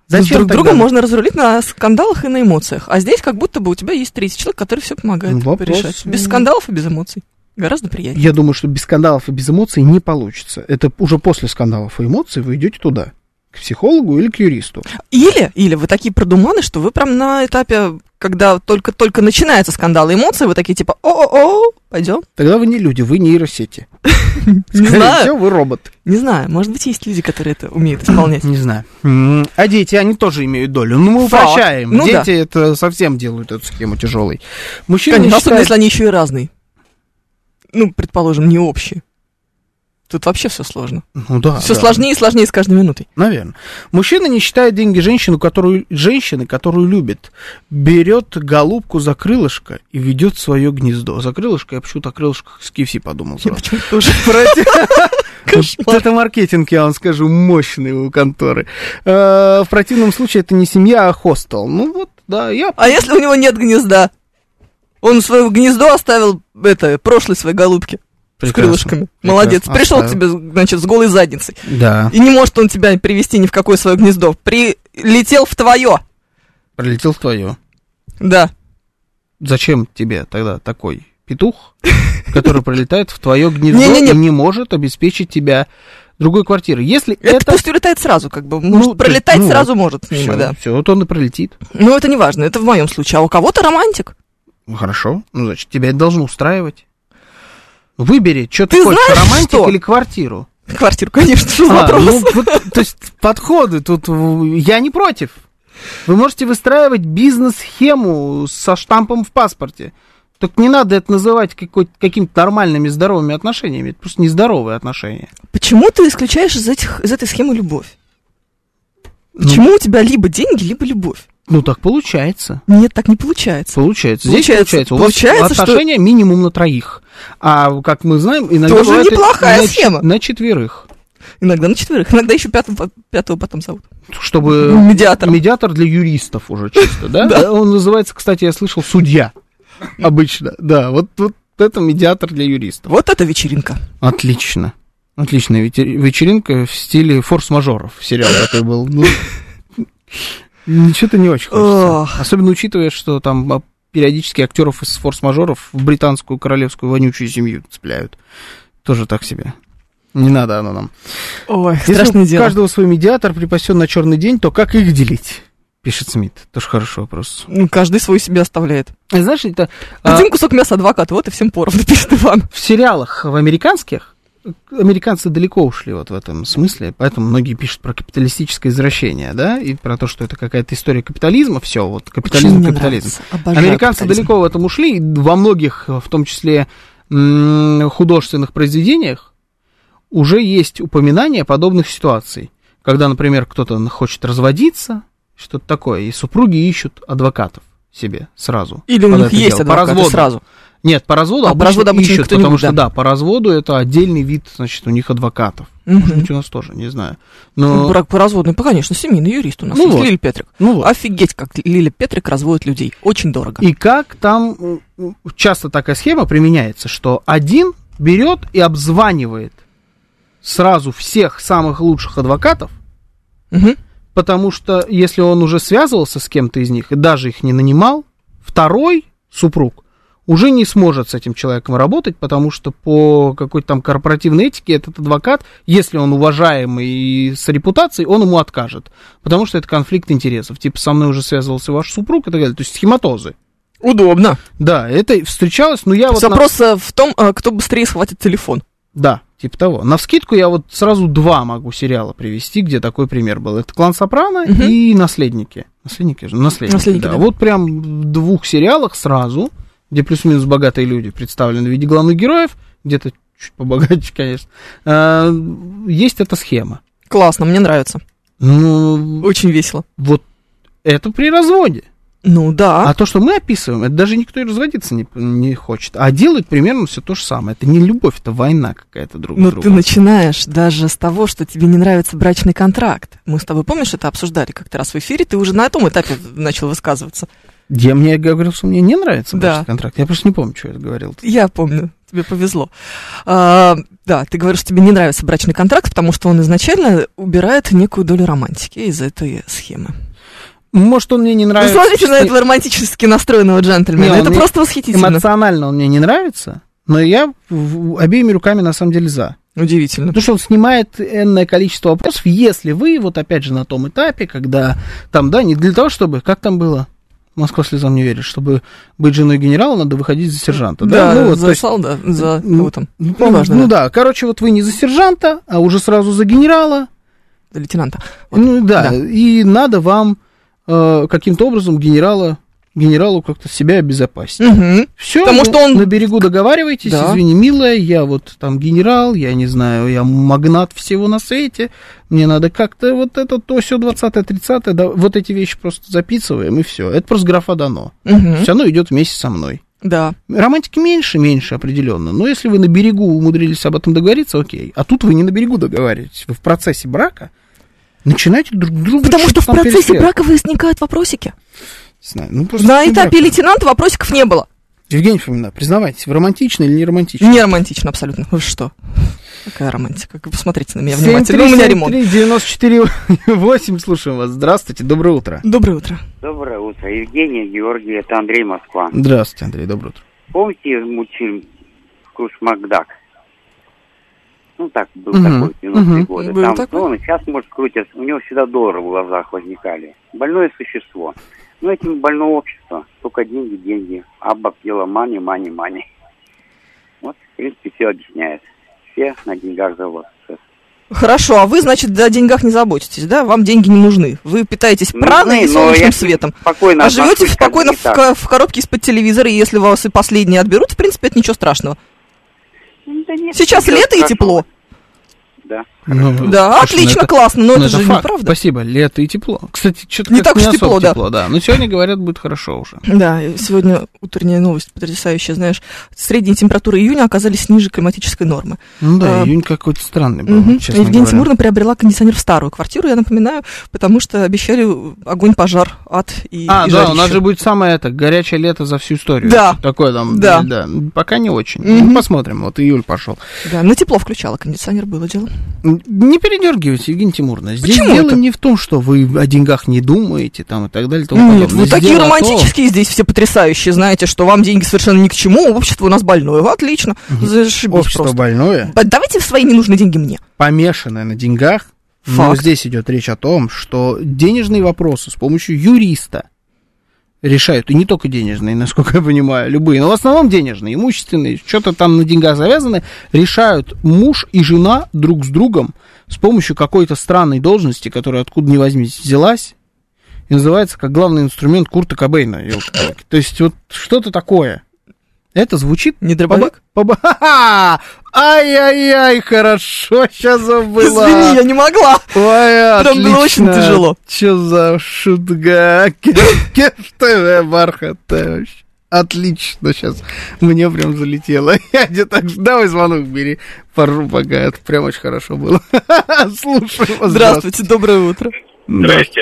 С друг
тогда?
друга можно разрулить на скандалах и на эмоциях. А здесь как будто бы у тебя есть третий человек, который все помогает
Ну, Вопрос,
решать.
м.
Без скандалов и без эмоций. Гораздо приятнее.
Я думаю, что без скандалов и без эмоций не получится. Это уже после скандалов и эмоций вы идете туда. К психологу или к юристу.
Или, или вы такие продуманы, что вы прям на этапе, когда только-только начинается скандал и эмоции, вы такие типа «О-о-о, пойдем».
Тогда вы не люди, вы нейросети.
Не
Скорее
знаю.
всего, вы робот.
Не знаю, может быть, есть люди, которые это умеют исполнять.
Не знаю. М, А дети, они тоже имеют долю. Ну, мы
Факт.
упрощаем.
Ну
дети это совсем делают эту схему тяжелой. Мужчины
Конечно, особенно
считают-
если они еще и разные. Ну, предположим, не общие. Тут вообще все сложно.
Ну да.
все
да,
сложнее и сложнее с каждой минутой.
Наверное. Мужчина не считает деньги женщину, которую, женщины, которую любит. Берет голубку за крылышко и ведет свое гнездо. За крылышко, я почему-то о крылышках с KFC подумал
Я
сразу.
почему-то тоже.
Вот Это маркетинг, я вам скажу, мощный у конторы. Э, В противном случае это не семья, а хостел. Ну вот, да, я
А если у него нет гнезда? Он свое гнездо оставил, это, прошлой своей голубки. С
Прекрасно.
крылышками.
Прекрасно.
Молодец. Пришел к
Оставил.
тебе, значит, с голой задницей.
Да.
И не может он тебя привести ни в какое свое гнездо. Прилетел в твое.
Пролетел в твое.
Да.
Зачем тебе тогда такой петух, который пролетает в твое гнездо
Не-не-не.
и не может обеспечить тебя другой квартиры? Если
Это,
это...
пусть улетает сразу, как бы. Может,
Ну, то есть,
пролетать
ну,
сразу может мимо,
Все,
да.
вот он и пролетит.
Ну, это не важно, это в моем случае. А у кого-то романтик.
Ну, Хорошо. Ну, значит, тебя это должно устраивать. Выбери, что ты,
Ты
хочешь,
знаешь
романтик
что?
или квартиру.
Квартиру, конечно, что за
А,
вопрос.
ну, вот, то есть подходы тут э, я не против. Вы можете выстраивать бизнес-схему со штампом в паспорте. Только не надо это называть какой- какими-то нормальными здоровыми отношениями. Это просто нездоровые отношения.
Почему ты исключаешь из, этих, из этой схемы любовь? Почему у тебя либо деньги, либо любовь?
Ну так получается.
Нет, так не получается.
Получается. Здесь
Получается.
получается. У
Получается,
вас
что-
отношения минимум на троих. А как мы знаем, иногда
Тоже
бывает и
неплохая
на, ч-
схема.
на четверых.
Иногда на четверых, иногда еще пятого, пятого потом зовут.
Чтобы
Ну, Медиатор.
медиатор для юристов уже чисто, да?
Да.
Он называется, кстати, я слышал, судья. Обычно, да. Вот, вот это медиатор для юристов.
Вот это вечеринка.
Отлично. Отличная вечер- вечеринка в стиле форс-мажоров. Сериал такой был. Ну, Ничего-то не очень
Ох.
хочется. Особенно учитывая, что там а, периодически актеров из форс-мажоров в британскую королевскую вонючую семью цепляют. Тоже так себе. Не надо оно нам.
Ой,
Если
страшное
у
дело.
каждого свой медиатор припасен на черный день, то как их делить? Пишет Смит. Тоже хороший вопрос.
Ну, каждый свой себе оставляет.
А Знаешь, это а,
Один кусок мяса адвокат, вот и всем поровну, пишет Иван.
в сериалах, в американских, американцы далеко ушли вот в этом смысле, поэтому многие пишут про капиталистическое извращение, да, и про то, что это какая-то история капитализма, все, вот
Очень
капитализм,
мне
капитализм.
нравится. Обожаю
Американцы
капитализм.
далеко в этом ушли, и во многих, в том числе м, художественных произведениях, уже есть упоминания подобных ситуаций, когда, например, кто-то хочет разводиться, что-то такое, и супруги ищут адвокатов себе сразу.
Или у
под
них
это
есть
дело, по
адвокаты
разводу.
сразу.
Нет, по разводу
А, по
обычно
разводу обычно
ищут,
кто-нибудь,
потому что,
да.
да, по разводу это отдельный вид, значит, у них адвокатов. Может
Мгм. Ну,
быть, у нас тоже, не знаю. Но,
Брак по разводной, конечно, семейный юрист у нас
Ну
есть,
вот.
Лилия Петрик.
ну вот.
Офигеть, как Лилия Петрик разводит людей. Очень дорого.
И как там м, м, часто такая схема применяется, что один берет и обзванивает сразу всех самых лучших адвокатов,
Мгм.
потому что если он уже связывался с кем-то из них и даже их не нанимал, второй супруг уже не сможет с этим человеком работать, потому что по какой-то там корпоративной этике этот адвокат, если он уважаемый и с репутацией, он ему откажет, потому что это конфликт интересов, типа со мной уже связывался ваш супруг и так далее, то есть схематозы.
Удобно.
Да, это встречалось, но я А вот... на-
Вопрос э, в том, э, кто быстрее схватит телефон.
Да, типа того. На вскидку я вот сразу два могу сериала привести, где такой пример был. Это «Клан Сопрано»
Мгм.
и «Наследники». «Наследники» же, «Наследники»,
«Наследники»,
да.
да.
Вот прям в двух сериалах сразу, где плюс-минус богатые люди представлены в виде главных героев, где-то чуть побогаче, конечно, э, есть эта схема.
Классно, мне нравится.
Ну,
Очень весело.
вот это при разводе.
Ну да.
А то, что мы описываем, это даже никто и разводиться не, не хочет. А делают примерно все то же самое. Это не любовь, это война какая-то друг
Но
с
Ну, ты
другом.
начинаешь даже с того, что тебе не нравится брачный контракт. Мы с тобой, помнишь, это обсуждали как-то раз в эфире, ты уже на этом этапе начал высказываться.
Я мне говорил, что мне не нравится
Да.
брачный контракт. Я просто не помню, что я говорил.
Я помню, тебе повезло. А, да, ты говоришь, что тебе не нравится брачный контракт, потому что он изначально убирает некую долю романтики из этой схемы.
Может, он мне не
Вы
нравится.
Ну, смотрите на
что-
этого романтически настроенного джентльмена.
Не, он
это
мне
просто восхитительно.
Эмоционально он мне не нравится, но я в- в- обеими руками на самом деле за.
Удивительно.
Потому что он снимает энное количество вопросов, если вы, вот опять же, на том этапе, когда там, да, не для того, чтобы, как там было, Москва слезам не верит, чтобы быть женой генерала, надо выходить за сержанта. Да, ну вот, то
за
есть-
солда, за
Ну,
кого там,
Ну,
Ну, неважно,
Ну да. короче, вот вы не за сержанта, а уже сразу за генерала.
за лейтенанта. Вот.
Ну да,
Да.
и надо вам э, каким-то образом генерала, генералу как-то себя обезопасить.
Мгм.
Все,
Потому что он-
на берегу договариваетесь,
Да.
извини, милая, я вот там генерал, я не знаю, я магнат всего на свете, мне надо как-то вот это, то, все 20-е, 30-е, да, вот эти вещи просто записываем, и все. Это просто графа дано.
Мгм.
Все равно идет вместе со мной.
Да.
Романтики меньше, меньше определенно. Но если вы на берегу умудрились об этом договориться, окей. А тут вы не на берегу договариваетесь, вы в процессе брака начинаете друг друга.
Потому что
что-то
в
Ну, там
процессе
перестрелывать.
брака возникают вопросики.
Не знаю, ну, просто
На
не
этапе
брак.
лейтенанта вопросиков не было.
Евгений Фомина, признавайтесь, вы романтичны или не романтичны?
Не романтично абсолютно. Вы что? Какая романтика? Вы Посмотрите на меня внимательно. Ну, У меня ремонт.
94 8, слушаем вас. Здравствуйте, доброе утро.
Доброе утро.
Доброе утро, Евгений Георгий, это Андрей Москва.
Здравствуйте, Андрей, доброе утро.
Помните мультфильм «Вкус Макдак»? Ну, так, был
Мгм,
такой, в 90-е
мгм.
годы.
Был
Там
такой.
клоны, сейчас, может, крутят, у него всегда доллары в глазах возникали. Больное существо. Но этим больно общество. Только деньги, деньги. Абба пела мани, мани, мани. Вот, в принципе, все объясняет. Все на деньгах заводятся.
Хорошо, а вы, значит, о деньгах не заботитесь, да? Вам деньги не нужны. Вы питаетесь
Нужны,
праной и
Ну, но
солнечным
я-
светом.
Спокойно
А живете
отношусь, как
спокойно
бы
в,
не так.
ко- в коробке из-под телевизора, и если вас и последние отберут, в принципе, это ничего страшного.
Ну, Да нет,
Сейчас
ничего
лето и
страшного.
тепло.
Да.
Ну,
Да,
слушай, ну
отлично,
это-
классно, но
ну,
это же
факт.
неправда.
Спасибо, лето и тепло. Кстати, что-то
Не так
не
уж
особо
тепло, да.
да. Но сегодня, говорят, будет хорошо уже.
Да, и сегодня утренняя новость потрясающая, знаешь, средние температуры июня оказались ниже климатической нормы.
Ну да,
А,
июнь какой-то странный был,
Мгм.
честно
Евгения
говоря.
Тимуровна приобрела кондиционер в старую квартиру, я напоминаю, потому что обещали огонь, пожар, ад и
А,
и
да,
жарище.
у нас же будет самое это, горячее лето за всю историю.
Да.
Что-то Такое там,
Да.
да. Пока не очень.
Мгм.
Ну, посмотрим, вот июль пошел.
Да, на тепло включала кондиционер, было дело.
Не передергивайте, Евгения Тимуровна. Здесь
Почему
дело
это?
не в том, что вы о деньгах не думаете там и так далее. и тому
Нет,
подобное.
вы такие
Дело в том-
романтические здесь все потрясающие, знаете, что вам деньги совершенно ни к чему, общество у нас больное, отлично, зашибись
Общество
просто.
больное,
Б- Давайте свои ненужные деньги мне.
помешанное на деньгах. Но
Факт.
здесь идет речь о том, что денежные вопросы с помощью юриста решают, и не только денежные, насколько я понимаю, любые, но в основном денежные, имущественные, что-то там на деньгах завязаны, решают муж и жена друг с другом с помощью какой-то странной должности, которая откуда ни возьмись взялась, и называется как главный инструмент Курта Кобейна. ёлки-палки. То есть вот что-то такое. Это звучит
Не
Поба-
дробовик?
поба- Ха-ха! Ай-яй-яй, хорошо, сейчас забыла.
Извини, я не могла.
Ой,
Там было
отлично.
очень тяжело.
Че за шутга? Кеш ТВ, Бархат, ты вообще. Отлично, сейчас мне прям залетело. Я где так ж- давай звонок бери, пару пока, это прям очень хорошо было. Слушаю вас.
Здравствуйте, доброе утро.
Да.
Здрасте.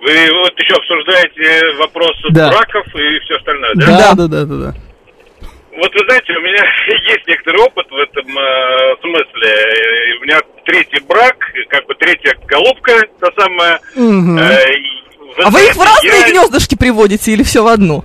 Вы вот еще обсуждаете вопрос
Да.
браков и все остальное, да?
Да, да, да, да, да.
Вот вы знаете, у меня есть некоторый опыт в этом э, смысле. Э, У меня третий брак, как бы третья головка, та самая.
Мгм.
Э, и вы
А вы их в
знаете, я-
разные гнездышки приводите или все в одно?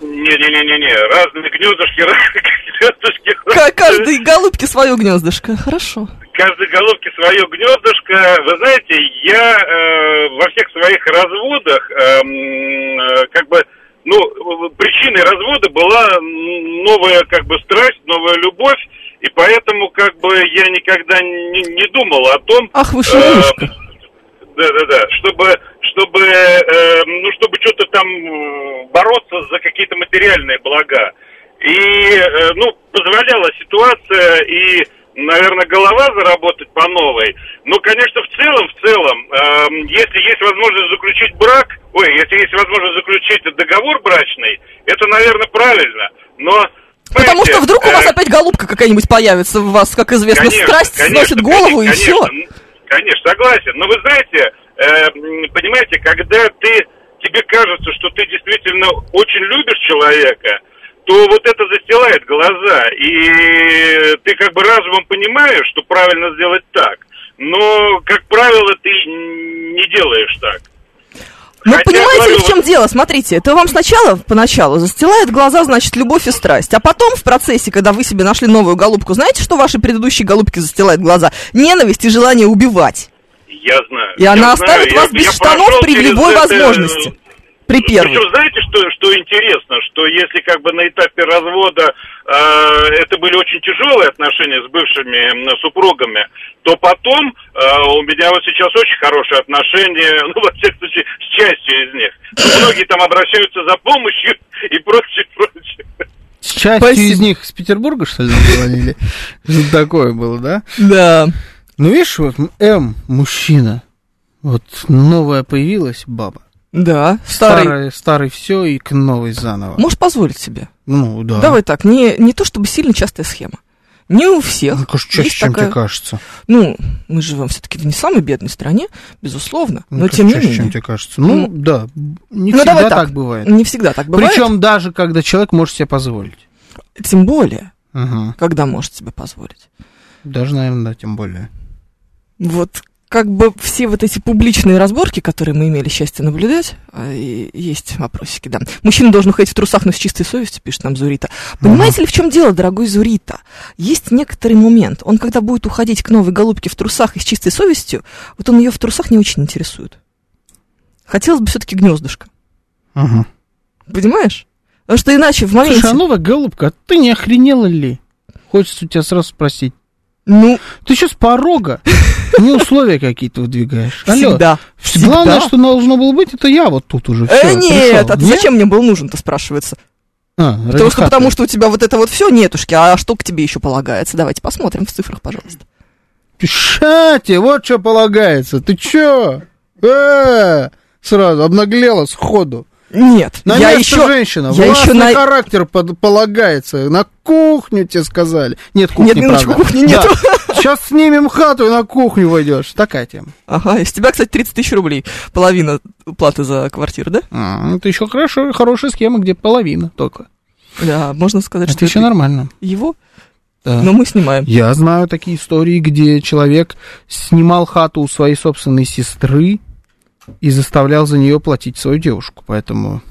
Не-не-не-не, разные гнездышки, разные гнездышки.
К- Каждой голубке свое гнездышко. Хорошо.
каждой головке свое гнездышко. Вы знаете, я э, во всех своих разводах, эм, э, как бы, ну, э, причиной развода была м, новая, как бы, страсть, новая любовь, и поэтому, как бы, я никогда не, не думал о том,
Ах, вы шумушка.
да, да, да. Э, Чтобы, чтобы, э, ну, чтобы что-то там э, бороться за какие-то материальные блага. И, э, ну, позволяла ситуация и, наверное, голова заработать по новой. Но, конечно, в целом, в целом, эм, если есть возможность заключить брак, ой, если есть возможность заключить договор брачный, это, наверное, правильно. Но
Потому
знаете,
что вдруг у вас
э,
опять голубка какая-нибудь появится в вас, как известно,
Конечно,
страсть
конечно,
сносит голову и
конечно,
все.
конечно, Конечно, согласен. Но вы знаете, э, м, понимаете, когда ты тебе кажется, что ты действительно очень любишь человека, то вот это застилает глаза, и ты как бы разумом понимаешь, что правильно сделать так, но как правило ты не делаешь так.
Ну,
Хотя
понимаете ли,
говорю,
в чем дело? Смотрите, это вам сначала, поначалу, застилает глаза, значит, любовь и страсть. А потом, в процессе, когда вы себе нашли новую голубку, знаете, что ваши предыдущие голубки застилают глаза? Ненависть и желание убивать.
Я знаю.
И
я
она
знаю,
оставит
я-
вас без
я
штанов
прошел
при
через
любой
это, э,
возможности. При первой.
Причем знаете, что, что интересно, что если как бы на этапе развода э, это были очень тяжелые отношения с бывшими м, супругами, то потом э, у меня вот сейчас очень хорошие отношения, ну, во всяком случае, с частью из них. Многие там обращаются за помощью и прочее, прочее.
С частью
Спасибо.
из них из Петербурга, что ли, нам звонили? Что-то Такое было, да?
Да.
Ну, видишь, вот М, эм, мужчина, вот новая появилась баба.
Да. Старый.
Старый, старый все и к новой заново.
Можешь позволить себе?
Ну, да.
Давай так, не, не то чтобы сильно частая схема. Не у всех.
Ну, конечно, чаще,
Есть
чем
такая-
тебе кажется.
Ну, мы живем все-таки в не самой бедной стране, безусловно,
Ну,
но
конечно,
тем не
чаще, чем
менее.
тебе кажется. Ну, да, не
Ну,
всегда
давай
так.
так.
бывает.
Не всегда так бывает.
Причем даже когда человек может себе позволить.
Тем более,
Ага.
когда может себе позволить.
Даже, наверное, да, тем более.
Вот как бы все вот эти публичные разборки, которые мы имели счастье наблюдать, а, и есть вопросики, да. Мужчина должен ходить в трусах, но с чистой совестью, пишет нам Зурита. Понимаете ли, в чем дело, дорогой Зурита? Есть некоторый момент. Он, когда будет уходить к новой голубке в трусах и с чистой совестью, вот он ее в трусах не очень интересует. Хотелось бы все-таки гнездышко. Ну,
Ага.
Понимаешь? Потому что иначе в моменте...
Слушай, а новая голубка, а ты не охренела ли? Хочется у тебя сразу спросить.
Ну,
Ты что с порога? Мне условия какие-то выдвигаешь. Алло.
всегда. всегда.
Главное, что должно было быть, это я вот тут уже.
Э,
всё,
нет,
пришёл.
а ты зачем мне был нужен-то, спрашивается?
А,
Потому что,
радикатор.
потому что у тебя вот это вот все нетушки, а что к тебе еще полагается? Давайте посмотрим в цифрах, пожалуйста.
Шати, вот что полагается. Ты чё? Э, Сразу обнаглела сходу.
Нет,
На
я
место
еще...
женщина.
я
властный
еще на-
характер под- полагается. На кухню тебе сказали. Нет кухни,
Нет, Миночка,
правда.
кухни нету.
Сейчас снимем хату и на кухню войдешь. Такая тема.
Ага, из тебя, кстати, 30 тысяч рублей. Половина платы за квартиру, да?
А, это еще хорошо, хорошая схема, где половина только.
Да, А можно сказать,
Это
что
еще
это
нормально.
его,
А Да.
но мы снимаем.
Я знаю такие истории, где человек снимал хату у своей собственной сестры и заставлял за нее платить свою девушку. Поэтому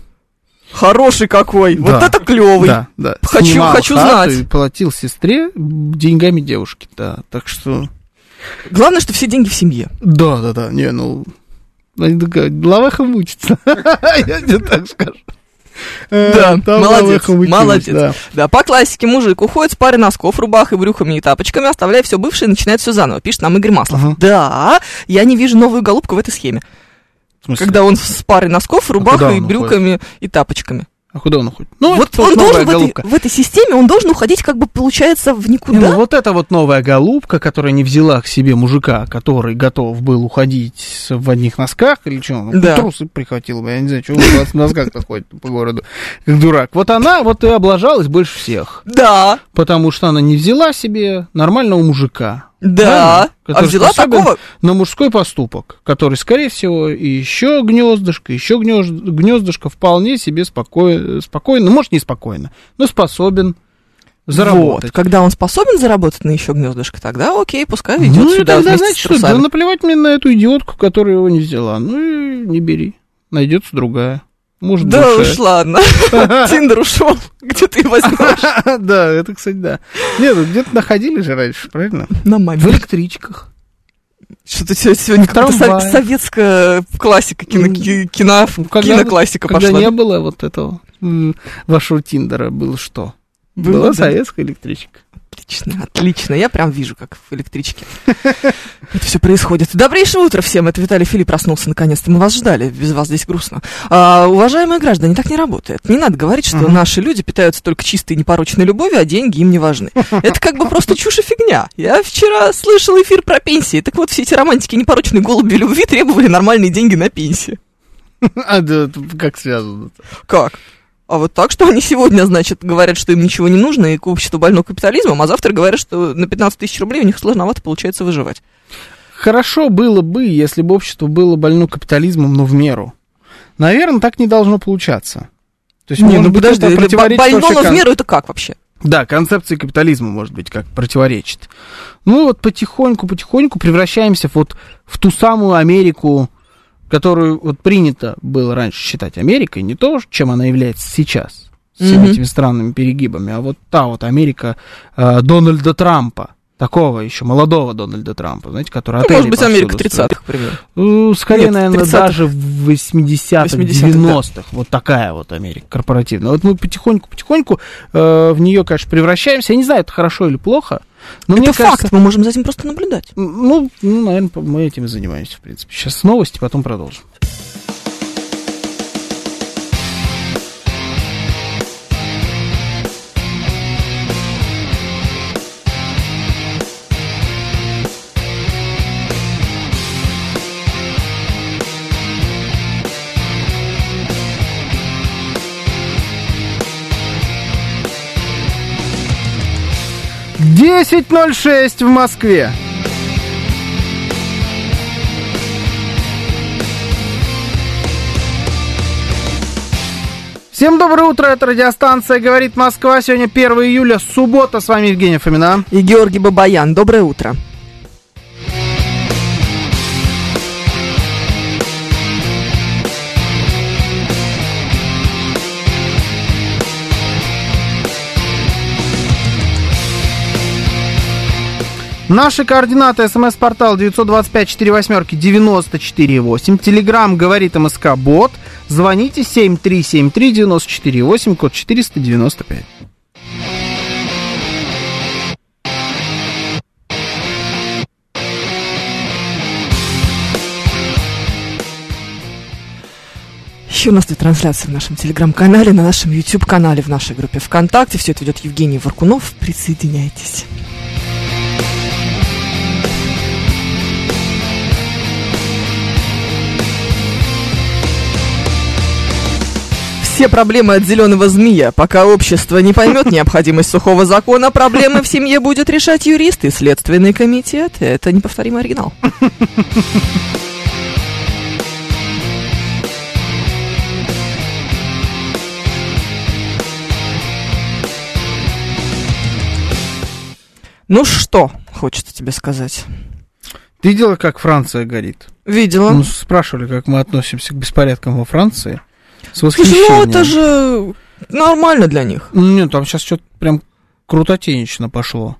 Хороший какой, вот
Да.
это клевый.
Да, да.
Хочу- хочу
хату
знать.
и платил сестре деньгами девушки, да. Так что...
Главное, что все деньги в семье.
Да, да, да, не, ну... Они такая, лаваха мучится. Я тебе так скажу. Э,
Да,
там
молодец,
лаваха мучилась,
молодец.
да.
Да. по классике мужик уходит с парой носков, рубах и брюхами и тапочками, оставляя все бывшее и начинает все заново, пишет нам Игорь Маслов.
Ага.
Да, я не вижу новую голубку в этой схеме,
В смысле? А
когда он с парой носков, рубах
куда
и
он
брюками и тапочками.
А куда он уходит? Ну,
вот
это вот
он
новая
должен в этой,
голубка.
в этой системе, он должен уходить как бы получается в
Не, ну
никуда.
вот это вот новая голубка, которая не взяла к себе мужика, который готов был уходить с- в одних носках или что, ну,
Да.
трусы прихватил бы, я не знаю, чего он у вас в носках-то ходит по городу, как дурак. Вот она вот и облажалась больше всех,
Да,
потому что она не взяла себе нормального мужика.
да.
Правильно?
А взяла
Который способен
такого.
на мужской поступок, который, скорее всего, и еще гнездышко, еще гнезд- гнездышко вполне себе спокойно, спокойно, ну, может, не спокойно, но способен заработать.
Вот, когда он способен заработать на еще гнездышко, тогда окей, пускай идет
ну, и
сюда
тогда,
вместе
знаете
с
что, да ну,
трусами.
наплевать мне на эту идиотку, которая его не взяла. Ну и не бери. Найдется другая. Может,
Да
лучше.
уж ладно. Тиндер ушел. Где ты его возьмешь?
Да, это, кстати, да. Нет, ну, где-то находили же раньше, правильно?
На маме.
В электричках.
Что-то сегодня, сегодня как-то со-
трамвае.
советская классика, кино,
Мгм.
ки- кино-
когда-
киноклассика
Когда
пошла.
не было вот этого м, вашего Тиндера, было что?
Было,
Была
да.
советская электричка.
Отлично, отлично. Я прям вижу, как в электричке это все происходит. Добрейшего утра всем. Это Виталий Филипп проснулся наконец-то. Мы вас ждали. Без вас здесь грустно. А, уважаемые граждане, так не работает. Не надо говорить, что
Мгм.
наши люди питаются только чистой и непорочной любовью, а деньги им не важны. Это как бы просто чушь и фигня. Я вчера слышал эфир про пенсии. Так вот, все эти романтики непорочной голуби любви требовали нормальные деньги на пенсии.
А да, это как связано?
Как? А вот так, что они сегодня, значит, говорят, что им ничего не нужно, и общество больно капитализмом, а завтра говорят, что на 15 тысяч рублей у них сложновато получается выживать.
Хорошо было бы, если бы общество было больно капитализмом, но в меру. Наверное, так не должно получаться. То есть,
Не,
может
ну
быть,
подожди,
это
это бо-
противоречит
больно,
вообще
но в
кон-
меру это как вообще?
Да, концепции капитализма, может быть, как противоречит. Ну вот потихоньку-потихоньку превращаемся вот в ту самую Америку, которую вот принято было раньше считать Америкой, не то, чем она является сейчас, с всеми
Мгм.
этими странными перегибами, а вот та вот Америка э, Дональда Трампа, такого еще молодого Дональда Трампа, знаете, который
Ну,
отели
может быть,
повсюду
Америка
строит.
30-х, к примеру.
Ну, скорее,
Нет, в
наверное,
30-х.
даже в 80-х,
80-х,
90-х. Вот такая вот Америка корпоративная. Вот мы потихоньку-потихоньку э, в нее, конечно, превращаемся. Я не знаю, это хорошо или плохо, но мне
это Ну, факт,
кажется...
мы можем за этим просто наблюдать.
Ну, ну, наверное, мы этим и занимаемся, в принципе. Сейчас новости, потом продолжим. Десять ноль шесть в Москве. Всем доброе утро, это радиостанция «Говорит Москва». Сегодня 1 июля, суббота, с вами Евгений Фомина.
И Георгий Бабаян, доброе утро.
Наши координаты, смс-портал 925-48-94-8, телеграмм «Говорит МСК Бот», звоните 7373-94-8, код 495.
Еще у нас идет трансляция в нашем телеграм-канале, на нашем YouTube-канале, в нашей группе ВКонтакте. Все это ведет Евгений Варкунов. Присоединяйтесь. Все проблемы от зеленого змея. Пока общество не поймет необходимость сухого закона, проблемы в семье будет решать юрист и следственный комитет. Это неповторимый оригинал. Ну что, хочется тебе сказать.
Ты видела, как Франция горит?
Видела.
Ну, спрашивали, как мы относимся к беспорядкам во Франции. С
Слушай,
восхищением.
ну это же нормально для них.
Ну, Нет, там сейчас что-то прям крутотенично пошло.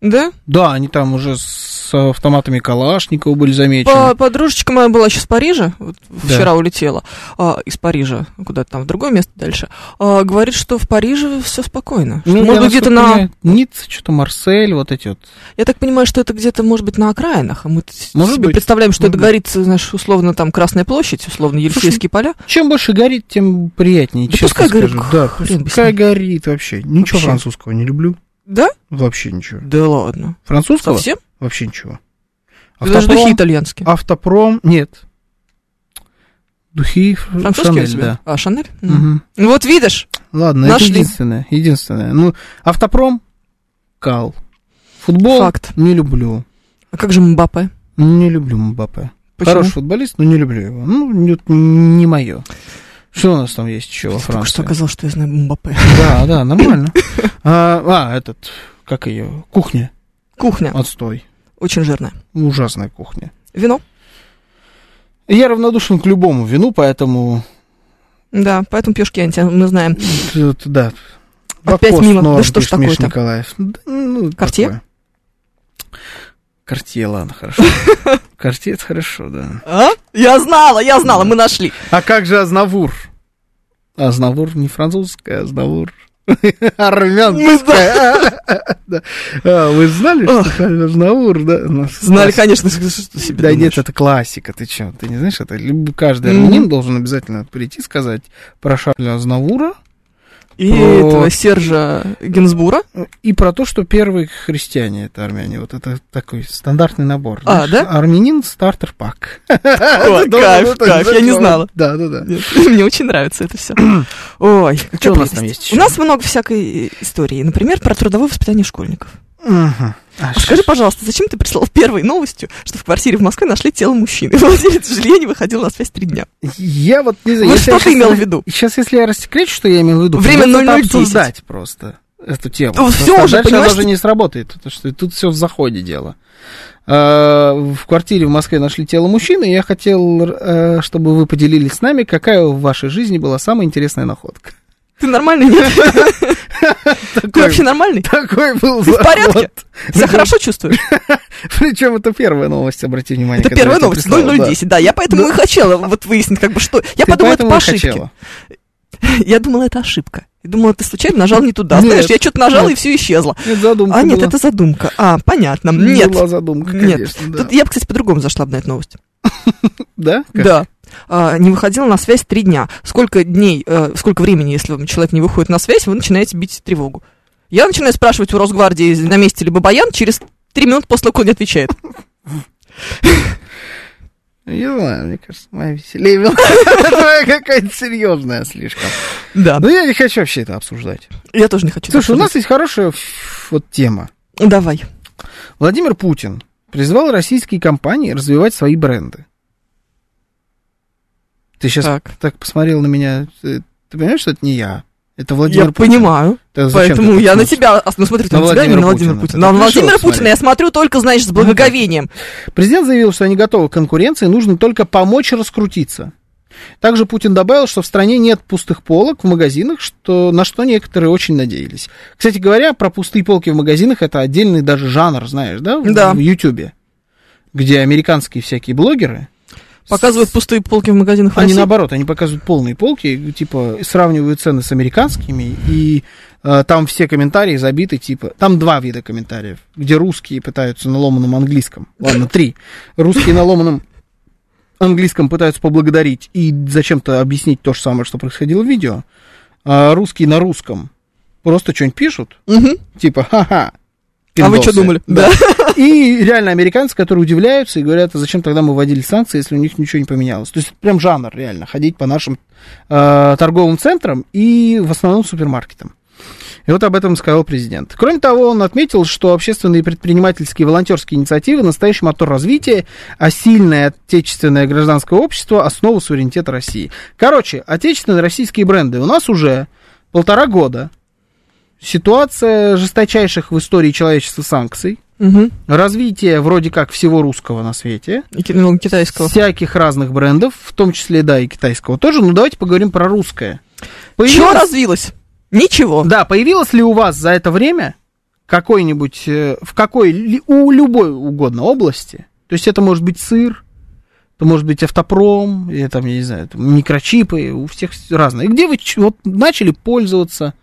Да?
Да, они там уже с автоматами Калашникова были замечены.
По, подружечка моя была еще с Парижа, вот
Да.
вчера улетела а, из Парижа, куда-то там в другое место дальше. а, говорит, что в Париже все спокойно.
Ну,
Что,
я
может быть,
насколько
где-то на.
понимаю, Ницца, что-то Марсель, вот эти вот.
Я так понимаю, что это где-то, может быть, на окраинах. А мы
Может
себе
быть.
представляем, что
Может
это горит, знаешь, условно там Красная площадь, условно Елисейские поля.
Чем больше горит, тем приятнее,
Да
честно
пускай горит,
скажу. Да,
хрен бы с
пускай
ним.
горит вообще. Ничего
Вообще.
французского не люблю.
Да?
Вообще ничего.
Да ладно.
Французского?
Совсем?
Вообще ничего.
Даже
Автопром-
духи итальянские.
Автопром, нет. Духи ф-
Французские у
Шанель,
тебя?
да.
А, Шанель? Ну.
Мгм.
Ну вот видишь,
Ладно,
Нашли.
это единственное, единственное. Ну, автопром, кал. Футбол
Факт.
не люблю.
а как же Мбаппе?
Не люблю Мбаппе.
Почему?
Хороший футболист, но не люблю его. Ну, не, не мое. Что у нас там есть еще во
Только что
Франции?
оказалось, что я знаю Мбаппе.
Да, да, нормально. А, а, этот, как ее, кухня, А.
Кухня
отстой.
очень жирная.
Ужасная кухня.
Вино?
Я равнодушен к любому вину, поэтому...
Да, поэтому пьешь Кьянти, мы знаем.
т- т- Да.
Опять
Бокос
мимо. Да
норм,
что ж
пишет Миша
такое-то?
Николаев. Да, ну,
Картье?
такое. Картье, ладно, хорошо. Картье, это хорошо, да.
А? Я знала, я знала, мы нашли.
А как же Азнавур? Азнавур не французская, Азнавур армянская. Да. А, Вы знали, что Азнавур, да? у нас
Знали,
классика?
конечно, что что себе
Да
думаешь.
нет, это классика, ты че? Ты не знаешь, это люб- каждый
Мгм.
армянин должен обязательно прийти сказать про Шарля Азнавура
И
про-
этого Сержа Гинзбура.
и про то, что первые христиане это армяне. Вот это такой стандартный набор.
А,
знаешь.
да?
Армянин стартер пак.
Ой, кайф, кайф, я не знала.
Да, да, да.
Нет, Мне очень нравится это все. Ой,
Что
какая
у нас там
прелесть.
есть
У
ещё?
нас много всякой э, истории. Например, про трудовое воспитание школьников.
Мгм. А,
Скажи,
щас.
пожалуйста, зачем ты прислал первой новостью, что в квартире в Москве нашли тело мужчины? Владелец жилья не выходил на связь три дня.
Я вот не знаю.
Вот
если я
Ну, что ты
щас-
имел в виду?
Сейчас, если я рассекречу, что я имел в виду,
Время
придётся это
00:10.
обсуждать просто эту тему.
Ну,
Потому
всё
что
уже,
дальше она
понимаешь,
уже
ты-
не сработает, потому что тут все в заходе дело. Э, В квартире в Москве нашли тело мужчины, и я хотел, э, чтобы вы поделились с нами, какая в вашей жизни была самая интересная находка.
Ты нормальный, нет? Ты
Такой,
Ну, вообще нормальный?
такой был
Ты в порядке? Себя
Причем-
хорошо чувствуешь?
Причем это первая новость, обрати внимание.
Это
которую
первая
я тебе
новость,
прислал, да. Ну,
0010. Да, я поэтому и хотела вот выяснить, как бы что. Я
Ты
подумала, это
поэтому
по
и
ошибке.
хотела.
Я думала, это ошибка. Я думала, ты случайно нажал не туда.
Нет,
Знаешь, я что-то нажала,
нет.
и все исчезло.
Нет, задумка
А, нет,
была.
это задумка. А, понятно. Нет.
Была задумка,
Нет.
конечно, да.
Тут я бы, кстати, по-другому зашла бы на эту новость.
Да? Как?
Да. А, не выходила на связь три дня. Сколько дней, э, сколько времени, если вам человек не выходит на связь, вы начинаете бить тревогу. Я начинаю спрашивать у Росгвардии, на месте ли Бабаян, через три минуты после того, как он не отвечает.
Не знаю, мне кажется, моя веселее была. Твоя какая-то серьезная слишком. Но
Да.
А, ну я не хочу вообще это обсуждать.
Я тоже не хочу. так
Слушай, у нас есть хорошая ф- вот тема.
думать. Давай.
Владимир Путин призвал российские компании развивать свои бренды. Ты сейчас так,
Так.
посмотрел на меня. Ты, ты понимаешь, что это не я? Это Владимир
Я
Путин.
понимаю.
Ты зачем
Поэтому
ты
я на
посмотрел?
тебя... а, Ну, смотри, ты
На
на тебя или
Владимира
на Владимира
Путина. Ты Ну
Путина? На
пришел
Владимира
смотреть?
Путина я смотрю только, знаешь, с благоговением.
Президент заявил, что они готовы к конкуренции, нужно только помочь раскрутиться. Также Путин добавил, что в стране нет пустых полок в магазинах, что, на что некоторые очень надеялись. Кстати говоря, про пустые полки в магазинах это отдельный даже жанр, знаешь, да, в,
Да.
в Ютубе, где американские всякие блогеры,
Показывают пустые полки в магазинах
они
России.
наоборот, они показывают полные полки, типа сравнивают цены с американскими, и э, там все комментарии забиты, типа, там два вида комментариев, где русские пытаются на ломаном английском, ладно, три, русские на ломаном английском пытаются поблагодарить и зачем-то объяснить то же самое, что происходило в видео, а русские на русском просто что-нибудь пишут,
Мгм.
типа, ха-ха.
А вы что
пиндосы».
думали?
Да. И реально американцы, которые удивляются и говорят, а зачем тогда мы вводили санкции, если у них ничего не поменялось. То есть это прям жанр реально, ходить по нашим э, торговым центрам и в основном супермаркетам. И вот об этом сказал президент. Кроме того, он отметил, что общественные предпринимательские и волонтерские инициативы – настоящий мотор развития, а сильное отечественное гражданское общество – основа суверенитета России. Короче, отечественные российские бренды у нас уже полтора года. Ситуация жесточайших в истории человечества санкций,
Мгм.
развитие вроде как всего русского на свете,
И ки- ну, китайского.
всяких разных брендов, в том числе, да, и китайского тоже. Но давайте поговорим про русское.
Чего
Появилось-
развилось? Ничего.
Да, появилось ли у вас за это время какой-нибудь, э, в какой, ли- у любой угодно области, то есть это может быть сыр, это может быть автопром, и там, я не знаю, там микрочипы, у всех разные. И где вы ч- вот начали пользоваться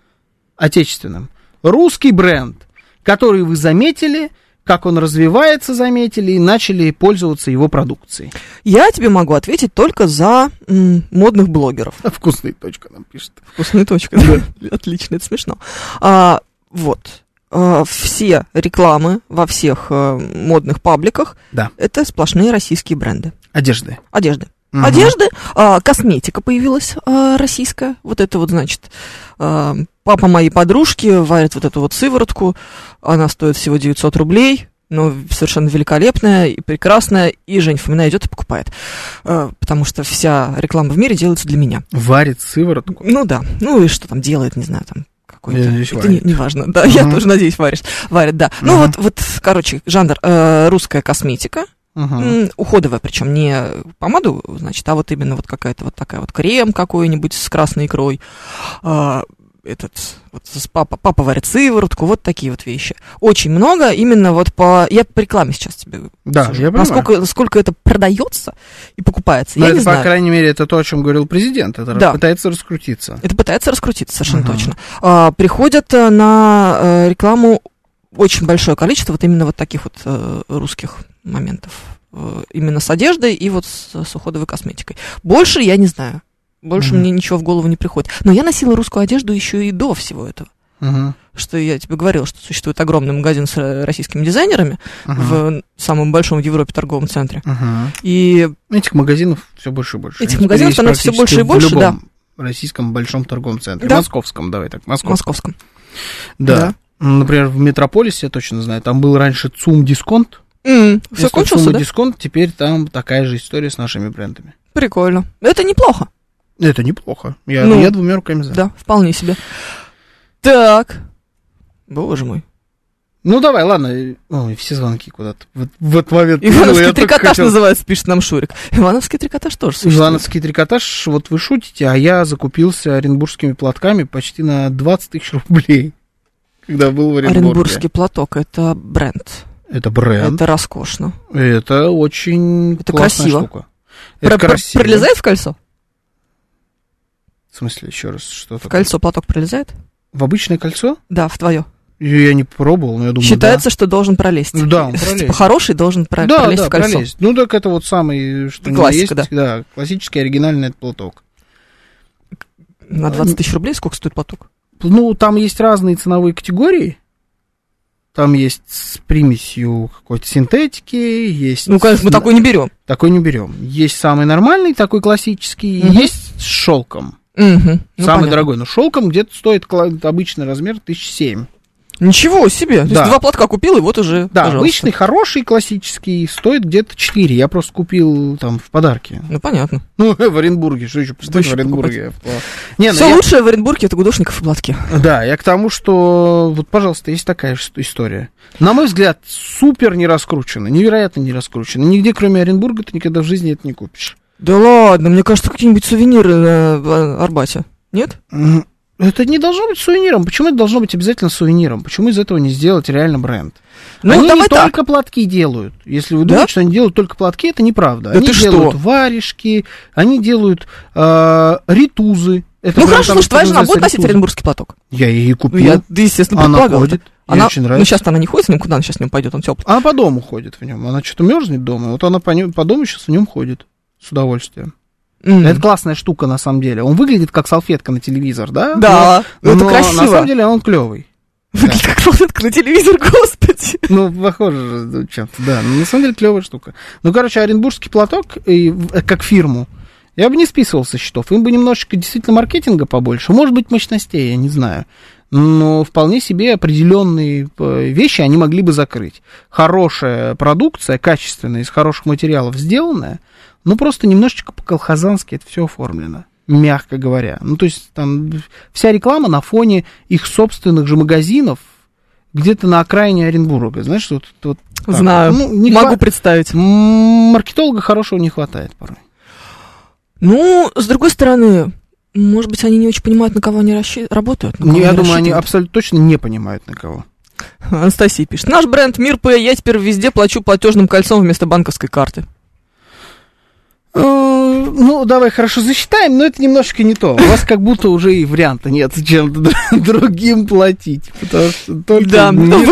отечественным? Русский бренд, который вы заметили, как он развивается, заметили, и начали пользоваться его продукцией.
Я тебе могу ответить только за м, модных блогеров.
Вкусный А точка нам пишет.
Вкусная точка, да. Отлично, это смешно. А, вот. А, все рекламы во всех э, модных пабликах
Да.
это сплошные российские бренды.
Одежды.
Одежды.
Мгм.
Одежды, а, косметика появилась а, российская. Вот это вот, значит, а, папа моей подружки варит вот эту вот сыворотку. Она стоит всего 900 рублей, но совершенно великолепная и прекрасная. И Жень Фомина идет и покупает. А, Потому что вся реклама в мире делается для меня.
Варит сыворотку.
Ну да. Ну и что там делает, не знаю, там какой-то.
Я надеюсь,
Это не-
варит.
неважно, да, я
Мгм.
тоже надеюсь, варишь. Варит, да. Ну
Мгм.
вот, вот, короче, жанр э, русская косметика,
Ага.
М, уходовая, причем не помаду, значит, а вот именно вот какая-то вот такая вот крем какой-нибудь с красной икрой, а, этот, вот с- папа, папа варит сыворотку, вот такие вот вещи. Очень много именно вот по... Я по рекламе сейчас тебе
Да,
сужу.
я понимаю.
Насколько, насколько это продается и покупается,
Но
я
Ну, это,
не
по
знаю.
крайней мере, это то, о чем говорил президент. Это
Да.
пытается раскрутиться.
Это пытается раскрутиться, совершенно
Ага.
точно. А, приходят э, на э, рекламу очень большое количество вот именно вот таких вот э, русских моментов. Э, именно с одеждой и вот с, с уходовой косметикой. Больше я не знаю. Больше
Мгм.
мне ничего в голову не приходит. Но я носила русскую одежду еще и до всего этого.
Мгм.
Что я тебе говорила, что существует огромный магазин с э, российскими дизайнерами
Ага.
в э, самом большом в Европе торговом центре.
Ага.
И
Этих магазинов все больше и больше.
Этих
Они теперь
магазинов
есть
становится всё
практически
больше и
в
больше,
любом российском большом торговом центре.
Да.
Московском, давай так,
в
московском.
московском.
Да. Ну, Например, в Метрополисе, я точно знаю, там был раньше ЦУМ Дисконт.
Все
Вместо
кончился,
«ЦУМа
да?
Дисконт, теперь там такая же история с нашими брендами.
Прикольно. Это неплохо.
Это неплохо. Я,
Ну,
я двумя руками за.
Да, вполне себе. Так. Боже мой.
Ну давай, ладно. Ой, все звонки куда-то. В, в этот момент. Ну,
Ивановский
я только
трикотаж
хотел-
называется, пишет нам Шурик. Ивановский трикотаж тоже существует.
Ивановский трикотаж, вот вы шутите, а я закупился оренбургскими платками почти на 20 тысяч рублей, когда был в Оренбурге.
Оренбургский платок это бренд.
Это бренд.
Это роскошно.
Это, очень
Это
классная
красиво.
штука. Это
Пр- пр-
красиво.
Пролезает в кольцо?
В смысле, еще раз, что
В
такое?
кольцо платок пролезает?
В обычное кольцо?
Да, в твое.
Я не пробовал, но я думаю,
Считается, что должен пролезть.
Ну да, он
Типа
пролезет.
хороший должен
да.
про-
Да,
пролезть
да,
в кольцо.
пролезть. Ну, так это вот самый, что у меня
Классика,
есть, да, классический оригинальный этот платок.
На 20 тысяч рублей сколько стоит платок?
Ну, там есть разные ценовые категории. Там есть с примесью какой-то синтетики, есть...
Ну, конечно, мы
с-
такой не берем.
Такой не берем. Есть самый нормальный, такой классический, и
Мгм.
есть с шелком.
Мгм. Ну,
самый
понятно.
дорогой. Но шелком где-то стоит кла- обычный размер 1007.
Ничего себе. То
Да.
есть два платка купил, и вот уже,
Да,
пожалуйста.
обычный, хороший, классический стоит где-то 4. Я просто купил там в подарке.
Ну, понятно.
Ну, в Оренбурге. Что еще покупать в
еще
Оренбурге? Не, ну,
Все
я-
лучшее в Оренбурге это гудошников и платки.
Да, я к тому, что вот, пожалуйста, есть такая же история. На мой взгляд, супер не раскручена, невероятно не раскручена. Нигде, кроме Оренбурга, ты никогда в жизни это не купишь.
Да ладно, мне кажется, какие-нибудь сувениры на э, Арбате. Нет?
М, Это не должно быть сувениром. Почему это должно быть обязательно сувениром? Почему из этого не сделать реально бренд?
Ну,
они
давай
не
так.
только платки делают. Если вы
Да?
думаете, что они делают только платки, это неправда.
Да
они
ты что?
делают варежки, они делают э, ритузы. Это
ну
прям
хорошо,
там
слушай, твоя жена
называется
будет носить
ритузы.
оренбургский платок?
Я ей
Ну,
купил.
я, да, естественно,
она
предполагала.
ходит. Ей
Она,
очень
ну,
нравится.
сейчас она не ходит с ним, куда она сейчас с ним пойдет, он теплый.
Она по дому ходит в нем. Она что-то мерзнет дома. Вот она по, нем- по дому сейчас в нем ходит. С удовольствием. Это классная штука, на самом деле. Он выглядит как салфетка на телевизор, да?
Да,
Но,
ну это
но
красиво.
на самом деле он клевый.
Выглядит как салфетка на телевизор, господи.
Ну, похоже ну, чем-то, да. Но на самом деле клевая штука. Ну, короче, оренбургский платок, и, в- э, как фирму, я бы не списывал со счетов. Им бы немножечко действительно маркетинга побольше. Может быть, мощностей, я не знаю. Но вполне себе определенные э, вещи они могли бы закрыть. Хорошая продукция, качественная, из хороших материалов сделанная, ну, просто немножечко по-колхозански это все оформлено. Мягко говоря. Ну, то есть, там вся реклама на фоне их собственных же магазинов, где-то на окраине Оренбурга. Знаешь, вот, вот так.
Знаю,
Ну, не
могу
хва-
представить.
М, Маркетолога хорошего не хватает порой.
Ну, с другой стороны, может быть, они не очень понимают, на кого они расщи- работают. на кого
Ну, я думаю, они
рассчитывают.
абсолютно точно не понимают на кого.
Анастасия пишет. Наш бренд Мир П. Я теперь везде плачу платежным кольцом вместо банковской карты.
Э, Ну, давай хорошо засчитаем, но это немножечко не то. У вас как будто уже и варианта нет, чем д- другим платить. Потому что только
Да, ну,
мир больше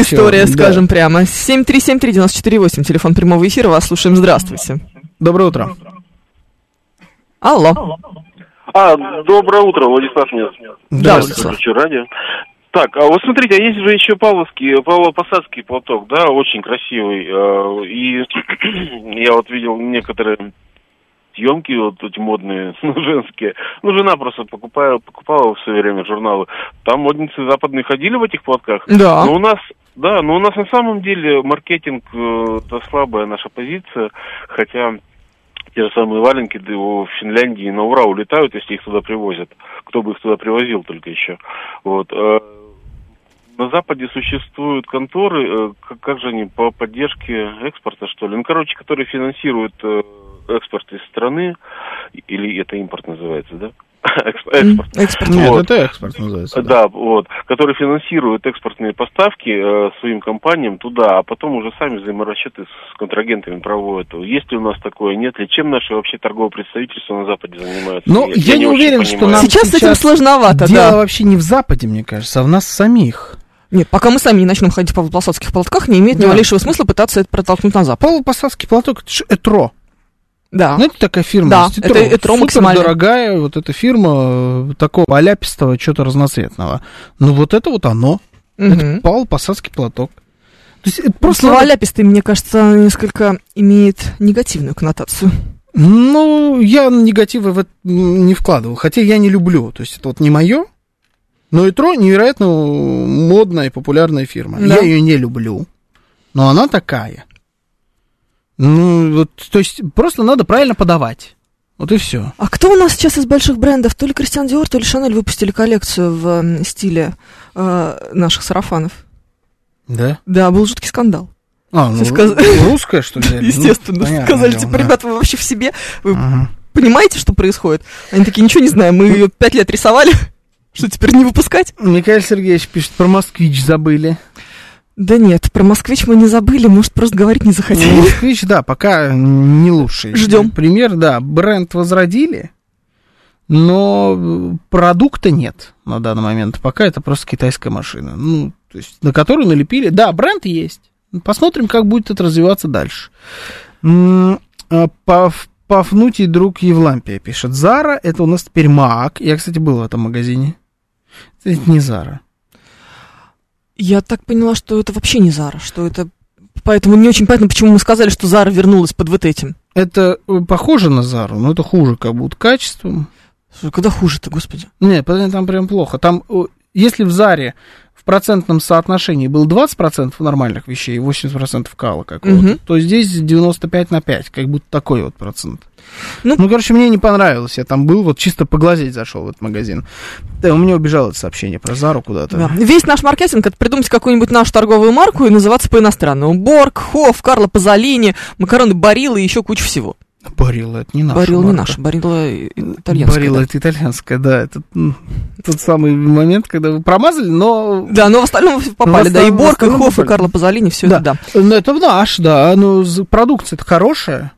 ничего.
история,
Да.
скажем прямо. 7373948, телефон прямого эфира, вас слушаем, здравствуйте.
Доброе утро.
Алло.
А, доброе утро, Владислав меня зовут.
Да,
Здравствуйте.
Владислав.
Включу радио. Так, а вот смотрите, а есть же еще Павловский, Павлопосадский платок, да, очень красивый. э, И я вот видел некоторые съемки вот эти модные, ну, женские. Ну, жена просто покупала, покупала в свое время журналы. Там модницы западные ходили в этих платках.
Да.
Но Ну, у нас, да, но у нас на самом деле маркетинг э, это слабая наша позиция, хотя те же самые валенки да, о, в Финляндии на ура улетают, если их туда привозят. Кто бы их туда привозил только еще. Вот. э, На Западе существуют конторы, э, как, как же они, по поддержке экспорта, что ли? Ну, короче, которые финансируют э, экспорт из страны, или это импорт называется, да? Экспорт.
М,
экспорт.
Экспорт.
Ну,
Нет,
вот.
это экспорт называется. да.
Да, вот, которые финансируют экспортные поставки э, своим компаниям туда, а потом уже сами взаиморасчеты с контрагентами проводят. Есть ли у нас такое, нет ли? Чем наши вообще торговые представительства на Западе занимаются?
Ну, я не
очень
уверен, что
понимаю.
нам
Сейчас с этим
сейчас
сложновато,
Дело
да.
вообще не в Западе, мне кажется, а в нас самих.
Нет, пока мы сами не начнем ходить по полосатских платках, не имеет ни
Да.
малейшего смысла пытаться это протолкнуть на запад.
Полупосадский платок, это ж Этро.
Да.
Знаете, Ну, такая фирма
А? Да,
есть,
это «Этро» максимально.
дорогая вот эта фирма э, такого аляпистого, что-то разноцветного. Ну, вот это вот оно.
Мгм. Ну,
Полупосадский платок. То есть, это просто...
Слово
надо-
«ляпистый», мне кажется, несколько имеет негативную коннотацию.
Ну, я негатива в это м, не вкладывал, хотя я не люблю. То есть это вот не мое. Но Итро невероятно модная и популярная фирма.
Да.
Я ее не люблю. Но она такая. Ну, вот, то есть просто надо правильно подавать. Вот и все.
А кто у нас сейчас из больших брендов? То ли Кристиан Диор, то ли Шанель выпустили коллекцию в м, стиле э, наших сарафанов.
Да?
Да, был жуткий скандал.
А, ну,
Ты сказ-
русская, что ли?
Естественно,
Ну, понятно
сказали,
дело,
типа,
да.
ребята, вы вообще в себе, вы
Ага.
понимаете, что происходит? Они такие, ничего не знаем, мы ее пять лет рисовали, что теперь не выпускать?
Михаил Сергеевич пишет, про москвич забыли.
Да нет, про москвич мы не забыли, может, просто говорить не
Ну,
захотели.
Москвич, да, пока э, не лучший.
Ждем.
Пример, да, бренд возродили, но э, продукта нет на данный момент. Пока это просто китайская машина. Ну, то есть, на которую налепили. Да, бренд есть. Посмотрим, как будет это развиваться дальше. М, э, Паф- Пафнутий друг Евлампия пишет. Зара, это у нас теперь Мак. Я, кстати, был в этом магазине. Это не Зара.
Я так поняла, что это вообще не Зара, что это... Поэтому не очень понятно, почему мы сказали, что Зара вернулась под вот этим.
Это э, похоже на Зару, но это хуже как будто качеством.
Слушай, Куда хуже-то, господи.
Нет, подожди, там прям плохо. Там, э, если в Заре в процентном соотношении было 20% нормальных вещей и 80% кала какого-то,
Мгм.
то здесь 95 на 5, как будто такой вот процент.
Ну-
Ну, короче, мне не понравилось. Я там был, вот чисто поглазеть зашел в этот магазин. Да, у меня убежало это сообщение про Зару куда-то.
Да. Весь наш маркетинг это придумать какую-нибудь нашу торговую марку и называться по-иностранному. Борг, Хофф, Карло Пазолини, макароны Барилла и еще куча всего.
Барилла, это не наша
Барилла не
марка.
наша, Барилла и- итальянская.
Барилла,
да.
это итальянская, да. Это м, тот самый момент, когда вы промазали, но...
Да, но в остальном вы попали,
Ну, В
да, и
остальном-
Борг,
в
и
остальном
Хофф, и
попали.
Карло Пазолини, все это, да.
Но это наш, да. Но з- продукция-то хорошая.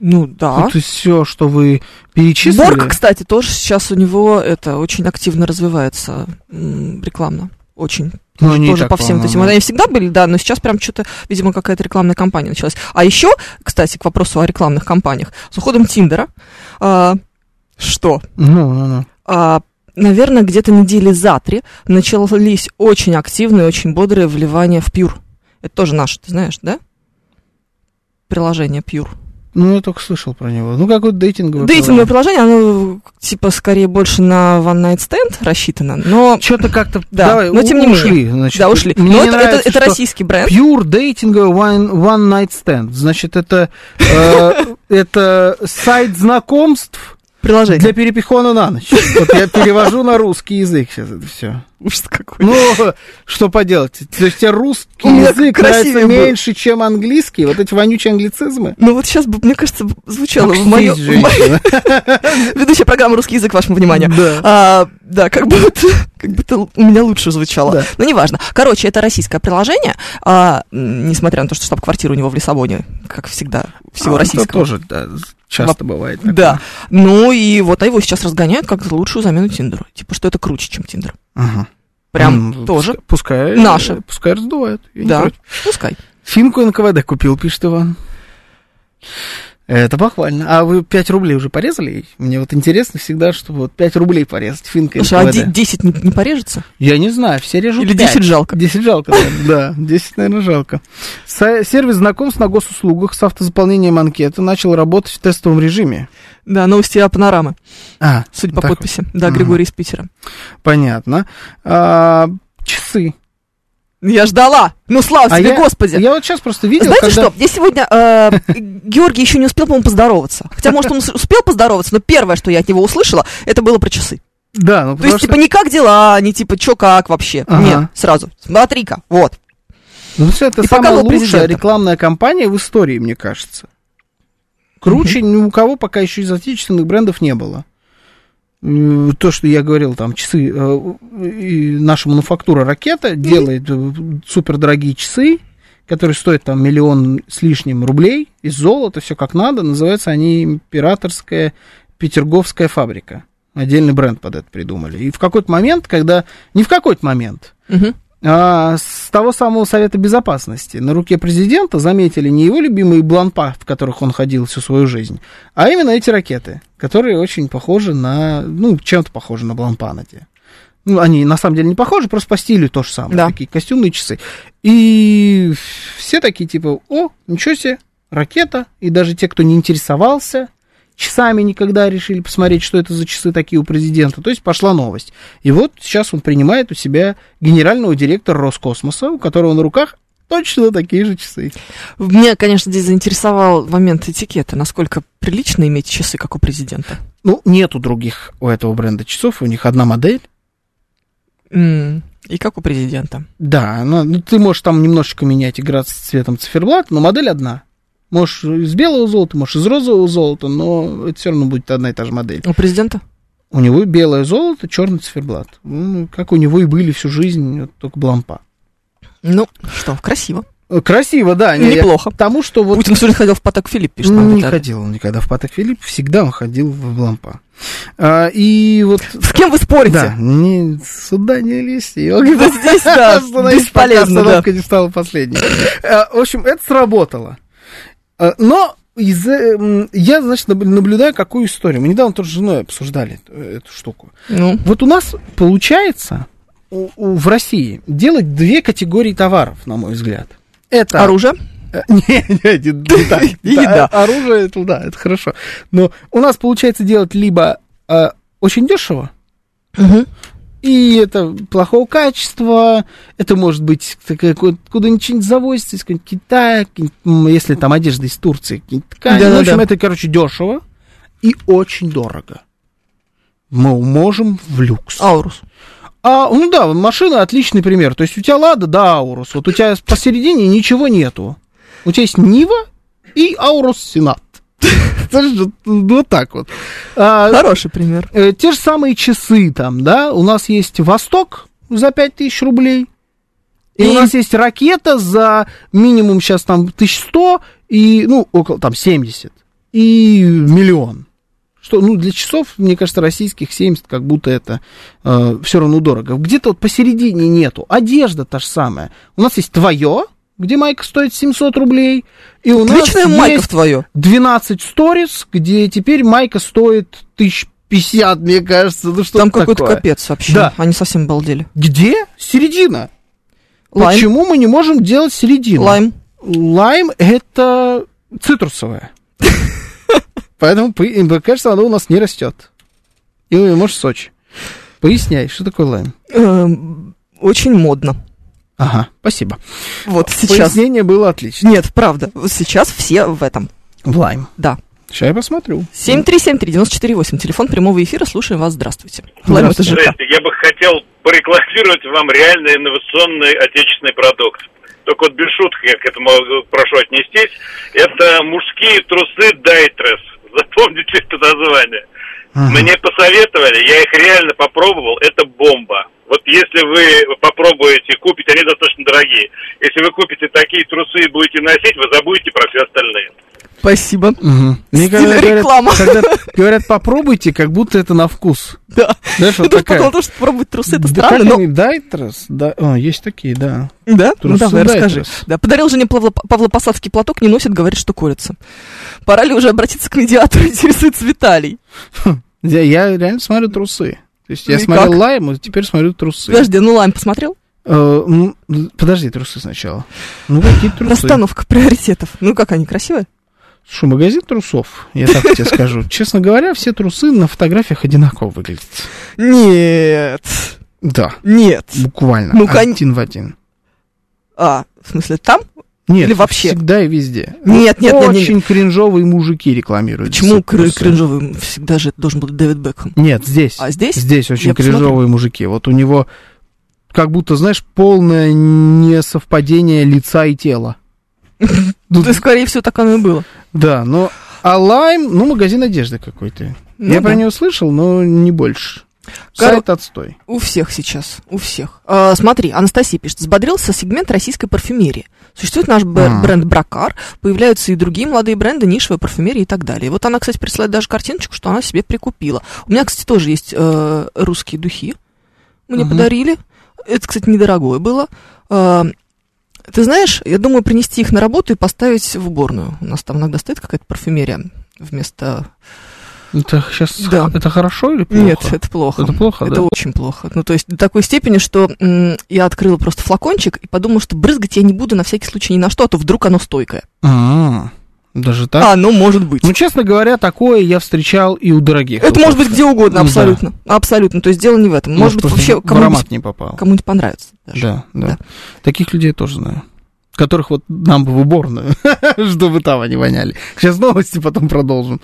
Ну, да.
Ну, то есть все, что вы перечислили.
Борг, кстати, тоже сейчас у него это очень активно развивается м, рекламно. Очень.
Ну, они и
тоже
так,
по всем
по-моему,
этим. Они всегда были, да, но сейчас прям что-то, видимо, какая-то рекламная кампания началась. А еще, кстати, к вопросу о рекламных кампаниях. С уходом Тиндера, а, что?
Ну, ну, ну.
а, наверное, где-то недели за три начались очень активные, очень бодрые вливания в Пьюр. Это тоже наше, ты знаешь, да? Приложение Пьюр.
Ну, я только слышал про него. Ну, какой-то дейтинговый.
Дейтинговое приложение, оно типа скорее больше на One Night Stand рассчитано, но
Что-то как-то...
Да,
давай,
но тем не
у-
менее.
ушли, значит.
да, ушли.
Мне
но
не
это,
нравится,
это- это
что
российский бренд.
Pure дейтинговый one, one night stand. Значит, это, э, это сайт знакомств,
приложение.
Для перепихона на ночь. Вот я перевожу на русский язык сейчас это все.
Ужас какой.
Ну, что поделать? То есть тебе русский
У меня
язык
красивее
нравится
был.
меньше, чем английский? Вот эти вонючие англицизмы?
Ну вот сейчас бы, мне кажется, б- звучало ну, в моё-
Акстись,
в моё-
женщина.
Ведущая программа «Русский язык», вашему вниманию.
Да.
А, да, как будто, как будто у меня лучше звучало.
Да.
Но неважно. Короче, это российское приложение, а, м, несмотря на то, что штаб-квартира у него в Лиссабоне, как всегда, всего
А,
российского.
Это тоже да, часто бывает. такое.
Да. Ну и вот его сейчас разгоняют как лучшую замену Тиндеру. Типа, что это круче, чем Тиндер.
Ага.
Прям
Ну,
тоже.
Пускай,
Наши.
Пускай раздувают. Я не
Да. Ну,
против.
Пускай.
Финку НКВД купил, пишет Иван. Это похвально. А вы 5 рублей уже порезали? ей? Мне вот интересно всегда, что вот 5 рублей порезать финка
Слушай, а
НКВД.
де- 10 не, не порежется?
Я не знаю, все режут
Или
5.
10 жалко?
10 жалко, наверное, да. 10, наверное, жалко. Со- Сервис знакомств на госуслугах с автозаполнением анкеты начал работать в тестовом режиме.
Да, новости о панорамы,
А,
судя по
так,
подписи. Да,
Мгм.
Григорий из Питера.
Понятно. А, часы.
Я ждала! Ну, слава
А
тебе,
я-
Господи!
Я вот сейчас просто видел,
Знаете
когда...
что? Я сегодня... э, Георгий еще не успел, по-моему, поздороваться. Хотя, может, он успел поздороваться, но первое, что я от него услышала, это было про часы.
Да, ну
То есть,
потому что...
типа, не как дела, не типа, чё как вообще.
Ага.
Нет, сразу. Смотри-ка, вот.
Ну, всё, это
И
самая
показывал
лучшая
президента.
рекламная кампания в истории, мне кажется. Круче ни у кого пока еще из отечественных брендов не было. Э, То, что я говорил, там часы, э, и наша мануфактура ракета делает супер дорогие часы, которые стоят там миллион с лишним рублей из золота, все как надо. Называются они императорская петерговская фабрика. Отдельный бренд под это придумали. И в какой-то момент, когда... Не в какой-то момент,
Мгм.
а, с того самого Совета Безопасности на руке президента заметили не его любимые бланпа, в которых он ходил всю свою жизнь, а именно эти ракеты, которые очень похожи на, ну, чем-то похожи на бланпа на те. Ну, они на самом деле не похожи, просто по стилю то же самое.
Да.
Такие костюмные часы. И все такие типа, о, ничего себе, ракета. И даже те, кто не интересовался часами никогда решили посмотреть, что это за часы такие у президента. То есть пошла новость. И вот сейчас он принимает у себя генерального директора Роскосмоса, у которого на руках точно такие же часы.
Меня, конечно, здесь заинтересовал момент этикета. Насколько прилично иметь часы, как у президента.
Ну, нету других у этого бренда часов, у них одна модель.
М, И как у президента.
Да, она- ну, ты можешь там немножечко менять, играться с цветом циферблата, но модель одна. Можешь из белого золота, можешь из розового золота, но это все равно будет одна и та же модель.
У президента?
У него белое золото, черный циферблат. Ну, как у него и были всю жизнь, вот только блампа.
Ну, что, красиво.
Э, Красиво, да. не- я
Неплохо.
к тому, что вот
Путин все время ходил в Патак Филипп, пишет нам
не
Виталий.
ходил он никогда в Патек Филипп, всегда он ходил в Блампа. А, и вот...
С кем вы спорите?
Да, не, сюда не лезьте. Я
Вот
говорю,
здесь, да,
остановись, пока
бесполезно, да.
остановка не стала последней. А, В общем, это сработало. А, Но из, э, м, я, значит, наб- наблюдаю какую историю. Мы недавно тоже с женой обсуждали э, эту штуку.
Ну,
Вот у нас получается у- у- в России делать две категории товаров, на мой взгляд. Это
оружие.
Э, Не, не, не, не так.
И
Да,
еда.
о- Оружие, это да, это хорошо. Но у нас получается делать либо э, очень дешево,
Мгм.
и это плохого качества, это может быть такая ку- куда-нибудь что-нибудь завозится, из какого-нибудь Китая, какие-нибудь, м, если там одежда из Турции, какие-нибудь ткани. Ну, в
Да-да-да.
общем, это, короче, дешево и очень дорого. Мы можем в люкс.
Аурус.
А, ну да, машина отличный пример. То есть у тебя Лада, да, Аурус. Вот у тебя посередине ничего нету. У тебя есть Нива и Аурус Сенат. Это же Вот так вот. А,
Хороший пример.
э, Те же самые часы там, да? У нас есть Восток за 5000 рублей. И,
И-
у нас есть ракета за минимум сейчас там 1100 и, ну, около там 70. И миллион. Что, ну, для часов, мне кажется, российских 70 как будто это все равно дорого. Где-то вот посередине нету. Одежда та же самая. У нас есть твое, где майка стоит 700 рублей. И у
Отличная
нас
майка
есть
Ну, в твое.
12 сторис, где теперь майка стоит 1050, мне кажется. Ну что
Там
это
какой-то
такое?
капец вообще.
Да.
Они совсем балдели.
Где середина?
Лайм.
Почему мы не можем делать середину?
Лайм.
Лайм это цитрусовое. Поэтому, по- и, мне кажется, оно у нас не растет. И, может, Сочи. Поясняй, что такое лайм?
Эм, Очень модно.
Ага, спасибо.
Вот сейчас.
Пояснение было отлично.
Нет, правда. Вот Сейчас все в этом.
В лайм.
Да.
Сейчас я посмотрю.
7373948, телефон прямого эфира, слушаем вас, здравствуйте. Владимир
Здравствуйте.
Тажирка.
Знаете, я бы хотел порекламировать вам реально инновационный отечественный продукт. Только вот без шуток я к этому прошу отнестись. Это мужские трусы Дайтрес. Запомните это название. Мне посоветовали, я их реально попробовал, это бомба. Вот если вы попробуете купить, они достаточно дорогие. Если вы купите такие трусы и будете носить, вы забудете про все остальные.
Спасибо.
Мгм. Мне
Стиль
когда говорят-
реклама.
когда говорят, попробуйте, как будто это на вкус.
Да.
Знаешь,
Я
вот
тоже
такая.
подумала, то, что пробовать трусы, это
Да
странно,
как
но...
они, Дайтрос? Да, о, есть такие, да.
Да? Ну,
Трусы
давай,
дай
расскажи.
трус.
Да, подарил жене Павло, Павлопосадский платок, не носит, говорит, что колется. Пора ли уже обратиться к медиатору, интересуется Виталий.
Я, я реально смотрю трусы. То есть я
Ну и
смотрел
как?
лайм, а теперь смотрю трусы.
Подожди, ну Лайм посмотрел?
Э, м, подожди, трусы сначала. Ну, какие трусы?
Расстановка приоритетов. Ну как они, красивые?
Слушай, магазин трусов, я так тебе скажу. Честно говоря, все трусы на фотографиях одинаково выглядят.
Нет,
Да,
нет.
буквально.
Ну, кон-
один в один.
А, в смысле, там?
Нет,
Или вообще?
всегда и везде.
Нет, нет, нет, нет.
Очень кринжовые мужики рекламируют.
Почему
эти
кры-
трусы.
кринжовый? Всегда же это должен был быть Дэвид Бекхэм.
Нет, здесь.
А здесь?
Здесь очень
Я посмотрю.
кринжовые мужики. Вот у него как будто, знаешь, полное несовпадение лица и тела.
Да, Ну, скорее всего, так оно и было.
Да, но... А Лайм, ну, магазин одежды какой-то.
Ну
я про
да.
него слышал, но не больше.
Кор-
Сайт отстой.
У всех сейчас, у всех. А, смотри, Анастасия пишет, взбодрился сегмент российской парфюмерии. Существует наш бр-
М.
бренд Бракар, появляются и другие молодые бренды, нишевая парфюмерия и так далее. Вот она, кстати, присылает даже картиночку, что она себе прикупила. У меня, кстати, тоже есть э, русские духи. Мне
Мгм.
подарили. Это, кстати, недорогое было. Э, ты знаешь, я думаю, принести их на работу и поставить в уборную. У нас там иногда стоит какая-то парфюмерия вместо...
Это сейчас
Да.
это хорошо или плохо?
Нет, это плохо.
Это плохо,
Это
да?
очень плохо. Ну, то есть до такой степени, что м, я открыла просто флакончик и подумала, что брызгать я не буду на всякий случай ни на что, а то вдруг оно стойкое.
А, даже так?
А, ну, может быть.
Ну, честно говоря, такое я встречал и у дорогих.
Это может быть где угодно,
Да. Ну,
абсолютно. Абсолютно. То есть дело не в этом. Может, быть,
просто
вообще
в аромат
кому-нибудь,
не попал.
кому-нибудь понравится. даже.
Да, да,
Да.
Таких людей я тоже знаю. Которых вот нам бы в уборную, чтобы там они воняли. Сейчас новости потом продолжим.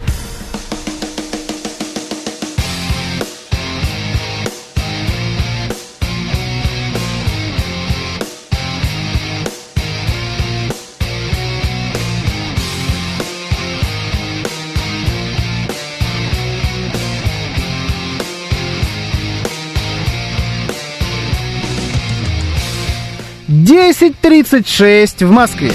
Десять тридцать шесть в Москве.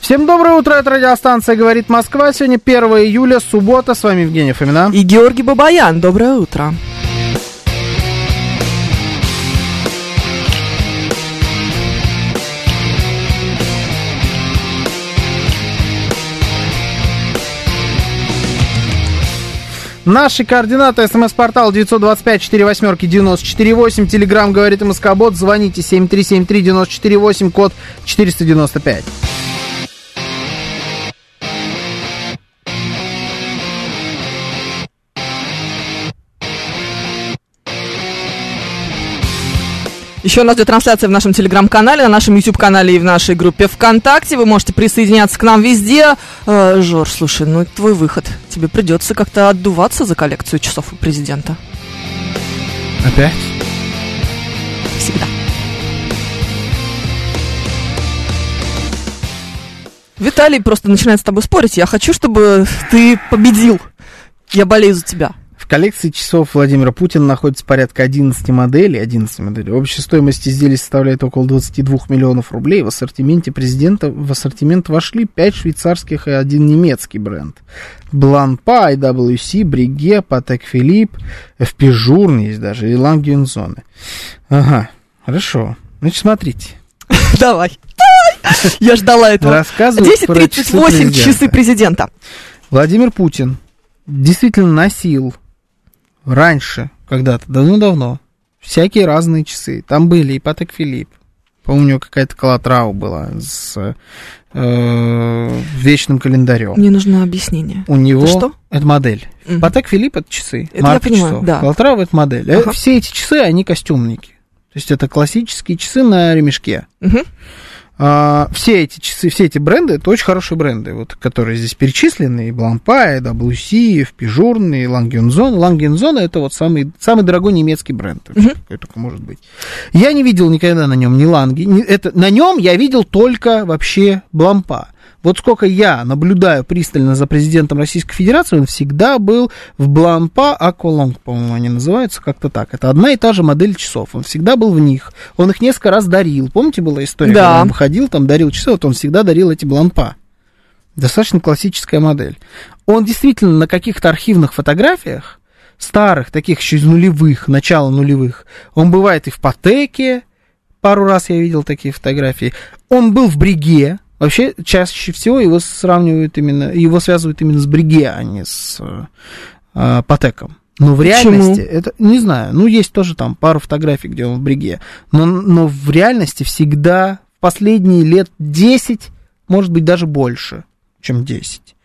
Всем доброе утро, это радиостанция «Говорит Москва». Сегодня 1 июля, суббота. С вами Евгений Фомина.
И Георгий Бабаян, доброе утро.
Наши координаты. СМС-портал 925-48-94-8. Телеграмм «Говорит Москобот». Звоните 7373-94-8, код 495.
Еще у нас идет трансляция в нашем телеграм-канале, на нашем YouTube-канале и в нашей группе ВКонтакте. Вы можете присоединяться к нам везде. Э, Жорж, слушай, ну это твой выход. Тебе придется как-то отдуваться за коллекцию часов у президента.
Опять?
Всегда. Виталий просто начинает с тобой спорить. Я хочу, чтобы ты победил. Я болею за тебя.
В коллекции часов Владимира Путина находится порядка 11 моделей. 11 моделей. Общая стоимость изделий составляет около 22 миллионов рублей. В ассортименте президента в ассортимент вошли 5 швейцарских и один немецкий бренд. Бланпа, IWC, Бриге, Патек Филипп, FP Журн есть даже, и Лангензоны. Ага, хорошо. Значит, смотрите.
Давай. Давай. Я ждала этого.
Рассказываю про часы
10.38
президента.
часы президента.
Владимир Путин действительно носил раньше, когда-то, давно-давно, всякие разные часы. Там были и Патек Филипп. По-моему, у него какая-то колотрау была с э, вечным календарем.
Мне нужно объяснение.
У него...
Это что?
Это модель.
Мгм.
Патек Филипп это часы.
Это я
марка
понимаю,
часов.
да.
Колотрава это модель. Э,
Ага.
Все эти часы, они костюмники. То То есть это классические часы на ремешке.
Мгм.
А, все эти часы, все эти бренды, это очень хорошие бренды, вот, которые здесь перечислены, и Блампа, и WC, и Пижурн, и Лангензон. Лангензон это вот самый, самый дорогой немецкий бренд,
Мгм.
какой только может быть. Я не видел никогда на нем ни Ланги, ни- это, на нем я видел только вообще Блампа. Вот сколько я наблюдаю пристально за президентом Российской Федерации, он всегда был в Блампа Аквалонг, по-моему, они называются как-то так. Это одна и та же модель часов. Он всегда был в них. Он их несколько раз дарил. Помните, была история,
Да.
когда он выходил, там дарил часы, вот он всегда дарил эти Блампа. Достаточно классическая модель. Он действительно на каких-то архивных фотографиях, старых, таких еще из нулевых, начала нулевых, он бывает и в Патеке, пару раз я видел такие фотографии. Он был в Бриге. Вообще, чаще всего его сравнивают именно, его связывают именно с Бриге, а не с э, э, Патеком. Но в
Почему?
реальности это, не знаю, ну, есть тоже там пару фотографий, где он в Бриге. Но, но в реальности всегда последние лет 10, может быть, даже больше, чем 10.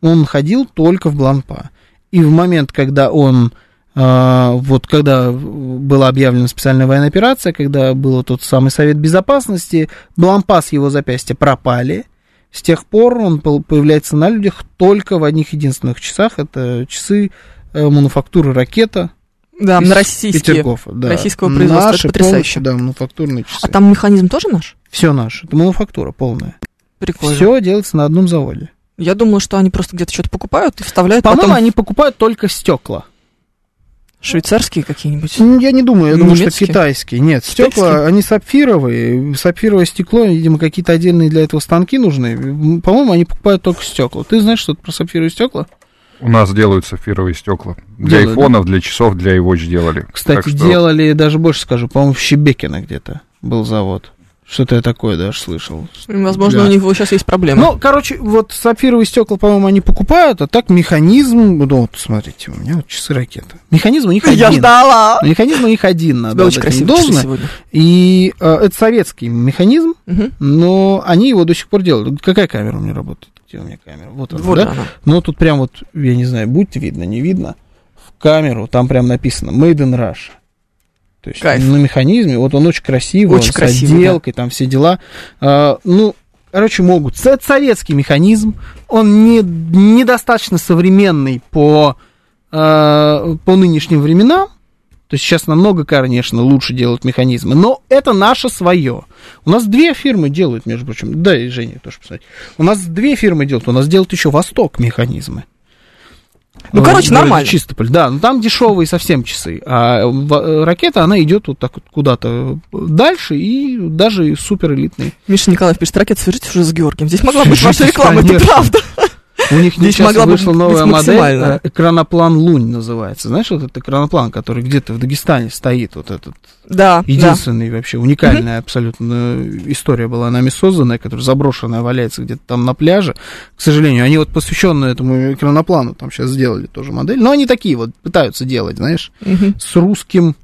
Он ходил только в Бланпа. И в момент, когда он а, вот когда была объявлена специальная военная операция, когда был тот самый Совет Безопасности, Блампас его запястья пропали. С тех пор он пол- появляется на людях только в одних единственных часах. Это часы э, мануфактуры «Ракета»
Да,
из
на российские.
Петергофа, да.
российского производства.
Наши
Это потрясающе.
полностью, да, мануфактурные часы.
А там механизм тоже наш?
Все наше. Это мануфактура полная.
Прикольно.
Все делается на одном заводе.
Я думала, что они просто где-то что-то покупают и вставляют
По-моему,
потом
они покупают только стекла.
швейцарские какие-нибудь.
Ну, Я не думаю, я думаю, что
Немецкие?
китайские. Нет, стекла,
Китайские?
они сапфировые. Сапфировое стекло, видимо, какие-то отдельные для этого станки нужны. М, По-моему, они покупают только стекла. Ты знаешь что-то про сапфировые стекла?
У нас делают сапфировые стекла. Для
Делают, да?
айфонов, для часов, для iWatch делали.
Кстати,
Так что
делали, даже больше скажу, по-моему, в Щебекино где-то был завод. Что-то я такое даже слышал.
Возможно,
Да.
у них вот сейчас есть проблемы.
Ну, короче, вот сапфировые стекла, по-моему, они покупают, а так механизм... Ну, вот, смотрите, у меня вот часы ракеты. Механизм у них
я
один.
ждала.
Механизм у них один,
У
надо
тебя очень
отдать им
красивые часы
должное.
сегодня.
И э, это советский механизм,
Мгм.
Но они его до сих пор делают. Какая камера у меня работает? Где у меня камера? Вот она,
Вот
да?
она.
Но тут прям вот, я не знаю, будет видно, не видно. В камеру там прям написано «Made in Russia». То есть
Кайф.
на механизме. Вот он очень красивый,
Очень
он
красивый,
с отделкой, там все дела. А, ну, короче, могут. Со- советский механизм. Он не, недостаточно современный по, э, по нынешним временам. То есть сейчас намного, конечно, лучше делают механизмы. Но это наше свое. У нас две фирмы делают, между прочим. Да, и Женя тоже посмотри. У нас две фирмы делают. У нас делают еще Восток механизмы.
Ну,
Э,
короче,
вроде
нормально.
Чистополь, да. Но там дешевые совсем часы. А в- э, ракета, она идет вот так вот куда-то дальше. И даже супер элитные.
Миша Николаев пишет, ракет, свяжитесь уже с Георгием. Здесь могла быть ваша
Свяжитесь,
реклама, это
конечно.
правда.
У них
Здесь
сейчас
могла бы
вышла
быть
новая модель,
максимально.
э, экраноплан Лунь называется. Знаешь, вот этот экраноплан, который где-то в Дагестане стоит, вот этот
Да, да.
единственный вообще, уникальная абсолютно э, история была нами созданная, которая заброшенная валяется где-то там на пляже. К сожалению, они вот посвященную этому экраноплану там сейчас сделали тоже модель. Но они такие вот пытаются делать, знаешь,
Мгм.
с русским,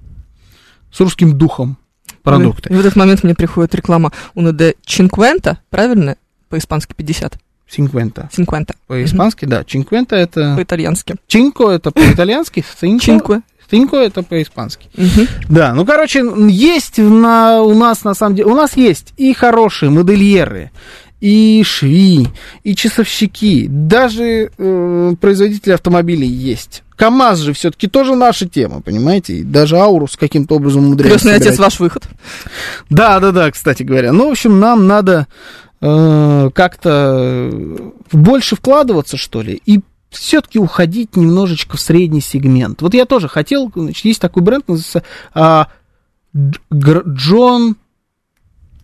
с русским духом продукты.
И в этот момент мне приходит реклама Uno de Cinquenta, правильно? По-испански 50.
Синквента.
50
По-испански, да. Чинквента это...
по-итальянски.
Чинко это по-итальянски, синко
Чинкве.
Синко это по-испански.
Мгм.
Да, ну короче, м, есть на, у нас на самом деле, у нас есть и хорошие модельеры, и шви, и часовщики, даже э, производители автомобилей есть. КАМАЗ же все-таки тоже наша тема, понимаете? И даже Аурус каким-то образом умудряется.
Крестный отец,
собирать.
ваш выход.
Да, да, да, кстати говоря. Ну, в общем, нам надо э, как-то больше вкладываться, что ли, и все-таки уходить немножечко в средний сегмент. Вот я тоже хотел, значит, есть такой бренд, называется а, Дж- Гр- Джон...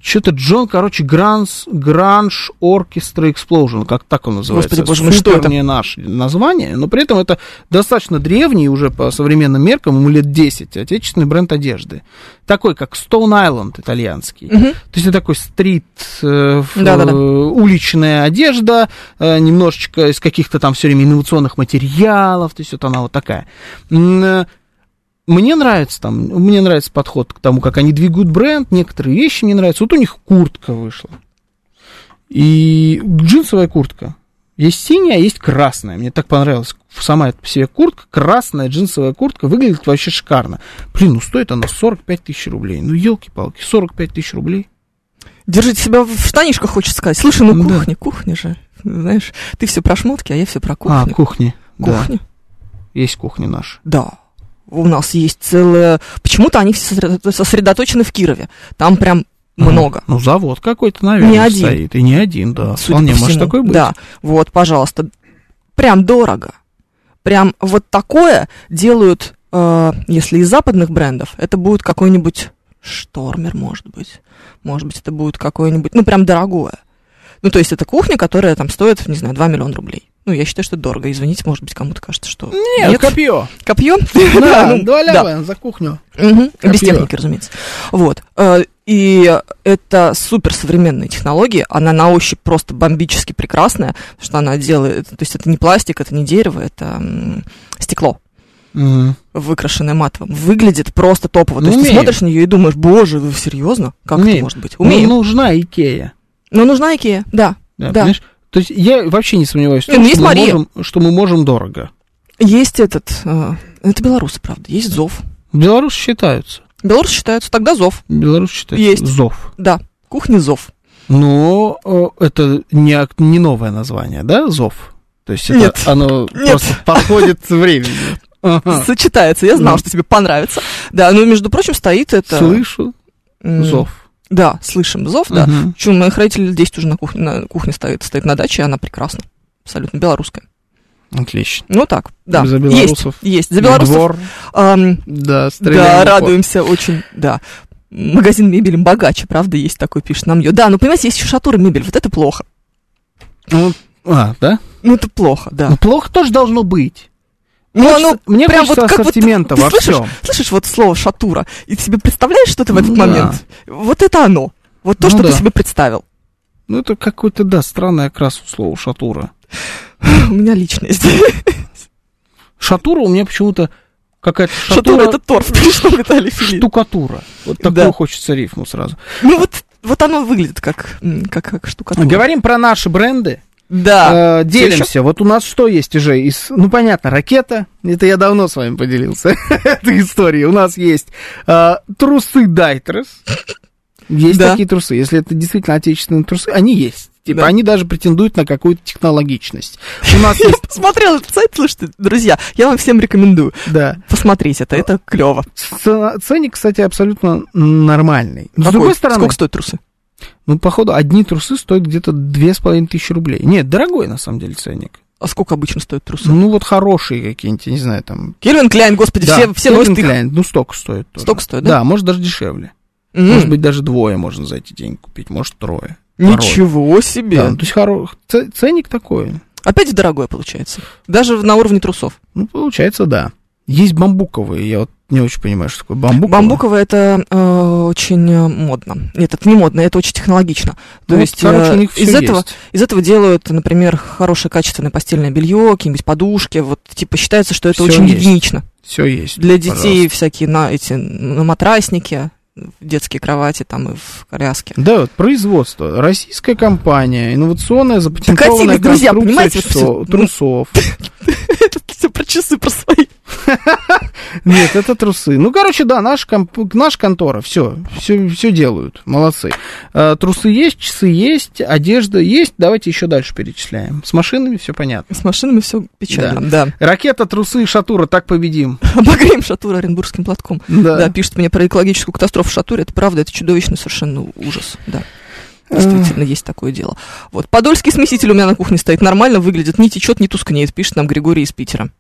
Что-то Джон, короче, Гранж, Гранж Оркестра Explosion, как так он называется.
Господи, боже мой, что
Супер
это?
не наше название, но при этом это достаточно древний уже по современным меркам, ему лет 10, отечественный бренд одежды. Такой, как Stone Island итальянский.
Мгм.
То есть это такой стрит, э, ф-
Да-да-да.
э, уличная одежда, э, немножечко из каких-то там все время инновационных материалов, то есть вот она вот такая. М, э, Мне нравится там, мне нравится подход к тому, как они двигают бренд, некоторые вещи мне нравятся. Вот у них куртка вышла. И джинсовая куртка. Есть синяя, а есть красная. Мне так понравилась сама эта по себе куртка. Красная джинсовая куртка выглядит вообще шикарно. Блин, ну стоит она 45 тысяч рублей. Ну, елки-палки, 45 тысяч рублей.
Держите себя в штанишках, хочется сказать. Слушай, ну
Да.
кухня, кухня же. Знаешь, ты все про шмотки, а я все про
А,
кухню.
кухни. Да,
кухня.
есть кухня наша.
Да. У нас есть целая... Почему-то они все сосредо- сосредоточены в Кирове. Там прям много.
Ну, завод какой-то, наверное,
Не один.
стоит. И не один, да.
судя
Вполне
по
может
всему.
такой быть.
Да, вот, пожалуйста. Прям дорого. Прям вот такое делают, э, если из западных брендов, это будет какой-нибудь штормер, может быть. Может быть, это будет какое-нибудь, ну, прям дорогое. Ну, то есть, это кухня, которая там стоит, не знаю, 2 миллиона рублей. Ну, я считаю, что это дорого. Извините, может быть, кому-то кажется, что...
Нет, копье.
Копье?
Да,
ну,
два
да.
ляма за кухню.
Мгм, Без
Копье.
техники, разумеется. Вот. Э, И это суперсовременная технология, она на ощупь просто бомбически прекрасная, потому что она делает, то есть это не пластик, это не дерево, это м, стекло,
Мгм.
выкрашенное матовым. Выглядит просто топово.
Ну,
то есть
умеем.
ты смотришь на нее и думаешь, боже, вы серьезно? Как
Умеем.
это может быть?
Ну,
Умеем.
нужна Икея.
Но нужна Икея, да.
Да,
Да.
понимаешь? То есть я вообще не сомневаюсь, в
Не,
том,
ну, есть
что, мы
Мария.
можем, что мы можем дорого.
Есть этот, э, это белорусы, правда, есть ЗОВ.
Белорусы считаются.
Белорусы считаются тогда ЗОВ,
Белорусы считаются.
Есть.
ЗОВ.
да. Кухня ЗОВ.
Но э, это не, ак- не новое название, да, ЗОВ? То есть это,
Нет.
оно
Нет.
просто подходит времени. Ага.
Сочетается, я знала,
А. Ну.
что тебе понравится. Да, ну, между прочим, стоит это...
Слышу
м,
ЗОВ.
Да, слышим зов, да.
Мгм.
Почему моих родителей 10 уже на кухне, на кухне стоит, стоит на даче, и она прекрасна. Абсолютно белорусская.
Отлично.
Ну так, да.
За белорусов.
Есть, есть. За белорусов.
Двор,
ам,
да,
да,
стреляем. в упор.
радуемся очень, да. Магазин мебели богаче, правда, есть такой, пишет нам ее. Да, ну понимаете, есть еще шатура мебель, вот это плохо.
Ну, а, да?
Ну это плохо, да.
Ну, плохо тоже должно быть.
Ну,
Хочется-
оно
мне
прям
хочется
вот как вот ты-
ассортимента
ты
во
слышишь?
всем.
Слышишь вот слово шатура, и ты себе представляешь что-то в этот
Ну да.
момент? Вот это оно. Вот то,
Ну
что
да.
ты себе представил.
Ну, это какой-то, да, странный окрас у слова шатура.
У меня личность.
Шатура у меня почему-то какая-то шатура,
Шатура это торт, пришел Виталий Филипп.
штукатура. Вот такую
Да.
хочется рифму сразу.
Ну вот, вот оно выглядит как, м, как, как штукатура.
Говорим про наши бренды.
Да.
Э, делимся. Вот у нас что есть уже? Из, ну, понятно, ракета. Это я давно с вами поделился этой историей. У нас есть э, трусы Дайтрес. Есть
Да.
такие трусы. Если это действительно отечественные трусы, они есть. Типа,
Да.
они даже претендуют на какую-то технологичность. У нас
Я
есть,
посмотрела этот сайт, слушайте, друзья, я вам всем рекомендую
да.
посмотреть это, это клево.
Ц- Ценник, кстати, абсолютно нормальный. С
Какой?
другой стороны,
Сколько стоят трусы?
ну, походу, одни трусы стоят где-то две с половиной тысячи рублей. Нет, дорогой, на самом деле, ценник.
А сколько обычно стоят трусы?
Ну, вот хорошие какие-нибудь, я не знаю, там...
Кельвин Кляйн, господи,
Да,
все, все
Calvin
носят их.
Klein, ну, столько стоит тоже.
Столько стоит, да?
Да, может, даже дешевле.
М,
Может быть, даже двое можно за эти деньги купить, может, трое. Порой.
Ничего себе.
Да, ну, то есть, хоро... ц- ценник такой.
Опять в дорогое получается. Даже в- на уровне трусов.
Ну, получается, да. Есть бамбуковые, я вот не очень понимаю, что такое бамбуковые.
Бамбуковое это э, очень э, модно. Нет, это не модно, это очень технологично. То
Ну, вот,
есть
короче,
э,
у них всё
из этого
есть.
Из этого делают, например, хорошее качественное постельное белье, какие-нибудь подушки. Вот, типа, считается, что это
Всё
очень
есть.
гигиенично.
Все есть.
Для детей всякие на эти на матрасники, в детские кровати там и в коляске.
Да, вот производство. Российская компания, инновационная, запатентованная
Так, друзья,
конструкция
понимаете, вот
часов-
всё.
трусов.
Это все про часы, про свои.
Нет, это трусы. Ну, короче, да, наш комп- наша контора, все, все, все делают, молодцы. Э, Трусы есть, часы есть, одежда есть. Давайте еще дальше перечисляем. С машинами все понятно.
С машинами все печально, да.
Ракета, трусы, шатура, так победим.
Обогреем Шатур оренбургским платком. Да.
Да.
пишет мне про экологическую катастрофу в Шатуре. Это правда, это чудовищный совершенно ужас, да. Действительно, есть такое дело. Вот. Подольский смеситель у меня на кухне стоит нормально, выглядит, не течет, не тускнеет, пишет нам Григорий из Питера.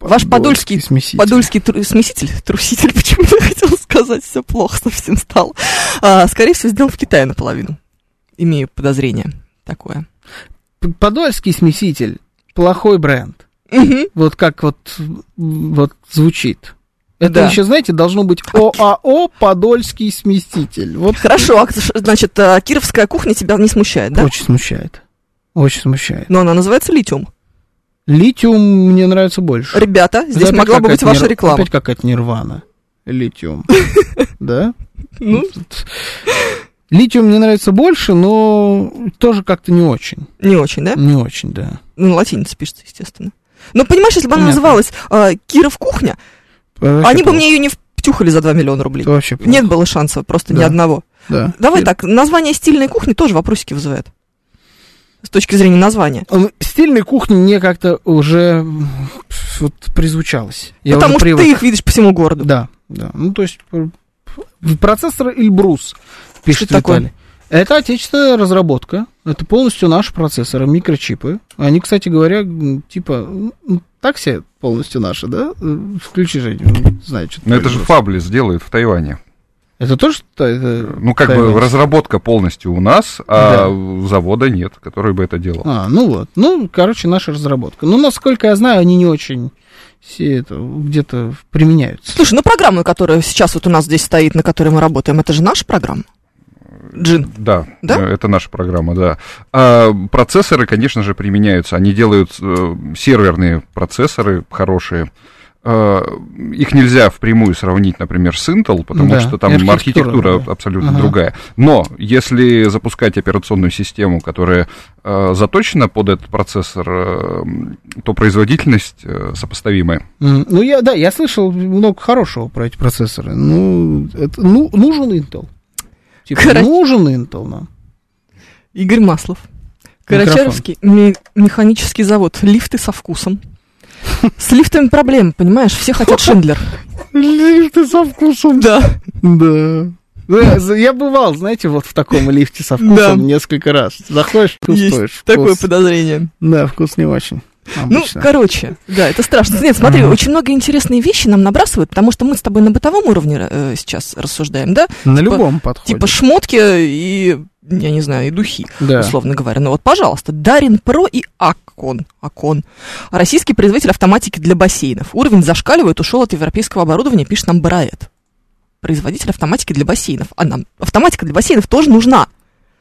Ваш подольский-
смеситель.
Подольский тру- смеситель, труситель, почему-то я хотела сказать, все плохо совсем стало. А, скорее всего, сделан в Китае наполовину. Имею подозрение такое.
П- Подольский смеситель. Плохой бренд.
Мгм.
Вот как вот, м, вот звучит. Это
Да.
еще, знаете, должно быть ОАО «Подольский смеситель». Вот
Хорошо, а к- ш- значит, а, кировская кухня тебя не смущает, да?
Очень смущает. Очень смущает.
Но она называется литиум.
Литиум мне нравится больше.
Ребята,
Это
здесь
опять
могла бы быть
какая-то
ваша
нир-
реклама.
Опять какая-то нирвана. Литиум. Да?
Ну,
Литиум мне нравится больше, но тоже как-то не очень.
Не очень, да?
Не очень, да.
Ну, латиница пишется, естественно. Но понимаешь, если бы она
Понятно.
называлась э, Киров кухня,
Вообще
они бы
плохо.
мне ее не втюхали за 2 миллиона рублей.
Это вообще плохо.
Нет было шанса просто ни
Да.
одного.
Да.
Давай так, название стильной кухни тоже вопросики вызывает. С точки зрения названия.
Он- Стильная кухня мне как-то уже м, пф, вот, призвучалась. Я
Потому
уже
что
привык.
ты их видишь по всему городу.
Да, да. Ну, то есть пр- процессор Эльбрус, пишет
Что это такое?
Виталий. Это отечественная разработка. Это полностью наши процессоры, микрочипы. Они, кстати говоря, м, типа, м, м, так себе полностью наши, да? Э, Включи, Женю, он знает, что ты
Но Ну, это же
производишь.
Фаблис делает в Тайване.
Это тоже... та- э, это
Ну, как
тайваньский?
бы разработка полностью у нас, а завода нет, который бы это делал.
А, ну вот. Ну, короче, наша разработка. Ну, насколько я знаю, они не очень все это где-то применяются.
Слушай, ну программа, которая сейчас вот у нас здесь стоит, на которой мы работаем, это же наша программа? Джин.
Да,
Да?
э, это наша программа, да. А процессоры, конечно же, применяются. Они делают э, серверные процессоры хорошие. Э, Их нельзя впрямую сравнить, например, с Intel, потому
Да,
что там
и архитектура,
архитектура,
да.
абсолютно
Ага.
другая. Но если запускать операционную систему, которая э, заточена под этот процессор, э, то производительность э, сопоставимая.
М, Ну, я, да, я слышал много хорошего про эти процессоры. Ну, это, ну нужен Intel. Типа,
Короче.
нужен Intel нам.
Игорь Маслов. Карачаровский ме- механический завод. Лифты со вкусом. С лифтами проблем, понимаешь? Все хотят Шиндлер.
Лишь ты со вкусом.
Да.
Да. Ну, Я, за- я бывал, знаете, вот в таком лифте со вкусом
Да.
несколько раз. Заходишь, чувствуешь.
Есть такое
вкус.
подозрение.
Да, вкус не очень.
Ну,
Обычно.
короче, да, это страшно. Нет, смотри, очень много интересные вещи нам набрасывают, потому что мы с тобой на бытовом уровне э, сейчас рассуждаем, да?
На любом подходе.
Типа шмотки и, я не знаю, и духи.
да.
условно говоря. Ну вот, пожалуйста, Дарин Про и Акон. Акон. Российский производитель автоматики для бассейнов. Уровень зашкаливает, ушел от европейского оборудования, пишет нам Бараэт. Производитель автоматики для бассейнов. А нам автоматика для бассейнов тоже нужна.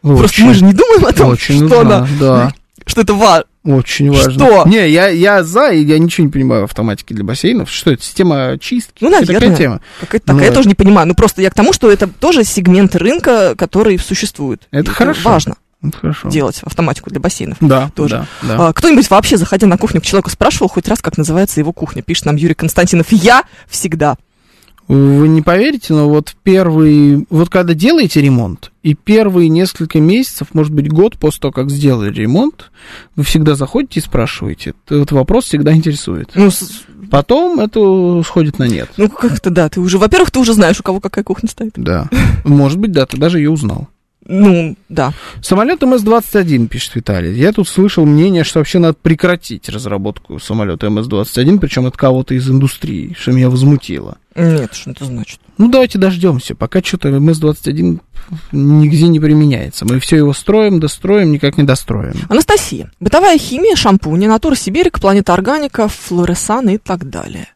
Просто мы же не думаем о том,
очень
что,
нужна,
она,
да.
что это важно.
Очень важно.
Что?
Не, я, я за, и я ничего не понимаю в автоматике для бассейнов. Что это, система чистки?
Ну,
Это
наверное.
Такая тема.
Какая-то
Ну,
такая, я
это-
тоже не понимаю. Ну просто я к тому, что это тоже сегмент рынка, который существует.
Это
И
хорошо.
Важно
Ну, хорошо.
делать автоматику для бассейнов.
Да,
Тоже.
да, да.
А, кто-нибудь вообще, заходя на кухню к человеку, спрашивал хоть раз, как называется его кухня? Пишет нам Юрий Константинов. Я всегда.
Вы не поверите, но вот первый... Вот когда делаете ремонт, и первые несколько месяцев, может быть, год после того, как сделали ремонт, вы всегда заходите и спрашиваете. Этот вопрос всегда интересует.
Ну, с-
Потом это сходит на нет.
ну как-то да, ты уже, во-первых, ты уже знаешь, у кого какая кухня стоит.
Да. Может быть, да, ты даже ее узнал.
Ну, да.
Самолет МС-21, пишет Виталий. Я тут слышал мнение, что вообще надо прекратить разработку эм самолета МС-21, причем от кого-то из индустрии, что меня возмутило.
Нет, что это значит?
Ну, давайте дождемся, пока что-то МС-21 нигде не применяется. Мы все его строим, достроим, никак не достроим.
Анастасия. Бытовая химия, шампуни, натура сибирика, планета органика, флоресан и так далее.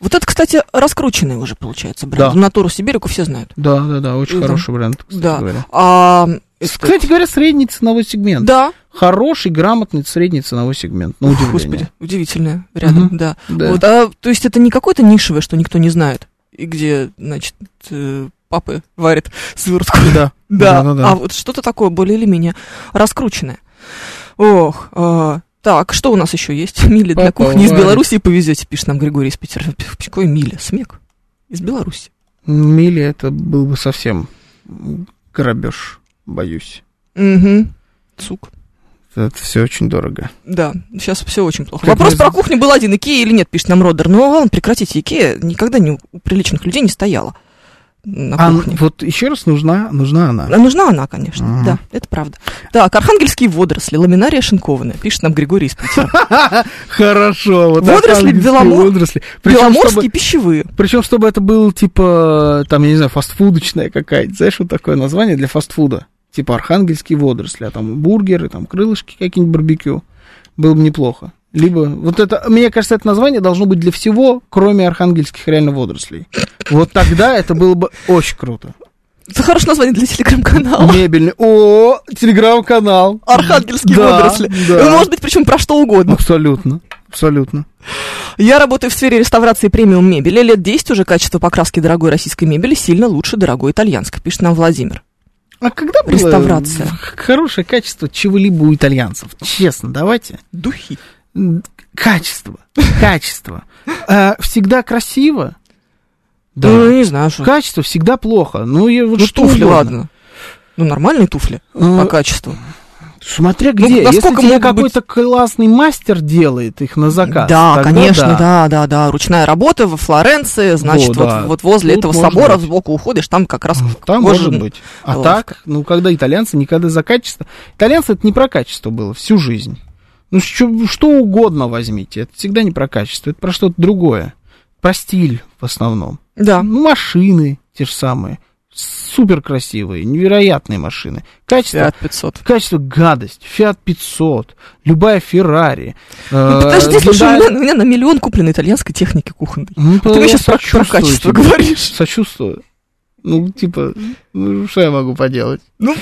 Вот это, кстати, раскрученный уже получается бренд.
Да.
Натуру сибирику все знают.
Да, да, да, очень
Да.
хороший бренд, кстати
да.
говоря.
А, это-
Кстати говоря, средний ценовой сегмент.
да,
Хороший, грамотный средний ценовый сегмент, на
Ух,
удивление.
господи, удивительное рядом,
Мгм.
да.
Да.
Вот, а, то есть это не какое-то нишевое, что никто не знает, и где, значит, э, папы варят сыворотку.
Да.
Да,
Да-да-да.
а вот что-то такое более или менее раскрученное. Ох, а, так, что у нас еще есть? Мили для
Папа
кухни из
варит.
Беларуси повезете, пишет нам Григорий из Питера. Пф, Какое мили? Смек. Из Беларуси.
Мили это был бы совсем грабеж, боюсь.
Угу. Сук.
Это все очень дорого.
Да, сейчас все очень плохо.
Как
Вопрос
мы-
про кухню был один, Икея или нет, пишет нам Родер. Ну, ладно, прекратите, Икея никогда не, у приличных людей не стояла на
А
кухне.
вот еще раз нужна, нужна она.
А Нужна она, конечно,
Мгм.
да, это правда. Так, архангельские водоросли, ламинария шинкованная, пишет нам Григорий из Питера.
Хорошо. Вот
Водоросли,
архангельские
беломор-
Водоросли. Причем
Беломорские
чтобы,
пищевые.
причем, чтобы это был, типа, там, я не знаю, фастфудочная какая-то. Знаешь, вот такое название для фастфуда. Типа архангельские водоросли, а там бургеры, там крылышки какие-нибудь, барбекю. Было бы неплохо. Либо, вот это, мне кажется, это название должно быть для всего, кроме архангельских реально водорослей. Вот тогда это было бы очень круто.
Это хорошее название для телеграм-канала.
Мебельный. О, телеграм-канал.
Архангельские
Да,
водоросли.
да.
Ну, Может быть, причем про что угодно.
Абсолютно. Абсолютно.
Я работаю в сфере реставрации премиум мебели. Лет 10 уже качество покраски дорогой российской мебели сильно лучше дорогой итальянской, пишет нам Владимир.
А когда было
Реставрация.
х- хорошее качество чего-либо у итальянцев? Честно, давайте.
Духи.
М, Качество. Качество. А, Всегда красиво.
Ну, не знаю, что.
Качество всегда плохо. Ну, и вот
Ну,
что
туфли,
угодно.
ладно. Ну, нормальные туфли по
Э,
качеству.
Смотря
Ну,
где. Если
насколько
тебе
могут
какой-то классный мастер делает их на заказ.
да,
тогда
конечно, да. да, да, Ручная работа во Флоренции, значит,
Во,
вот,
да.
вот возле
Тут
этого
может
собора
быть.
сбоку уходишь, там как раз
Там
кожа-
может быть. А
лавка.
так, ну когда итальянцы, никогда за качество. Итальянцы это не про качество было всю жизнь. Ну что, что угодно возьмите, это всегда не про качество, это про что-то другое. Про стиль в основном.
Да.
Ну, машины те же самые. Супер красивые, невероятные машины. Качество,
500.
качество гадость. Fiat 500, любая Ferrari.
Ну,
э,
подожди, слушай,
Hyundai-
у меня, у меня на миллион купленной итальянской техники кухонной.
Ну,
Ты мне
я
сейчас про, про
сочувствую
качество
тебе.
говоришь.
Сочувствую. Ну, типа, ну, что я могу поделать?
Ну.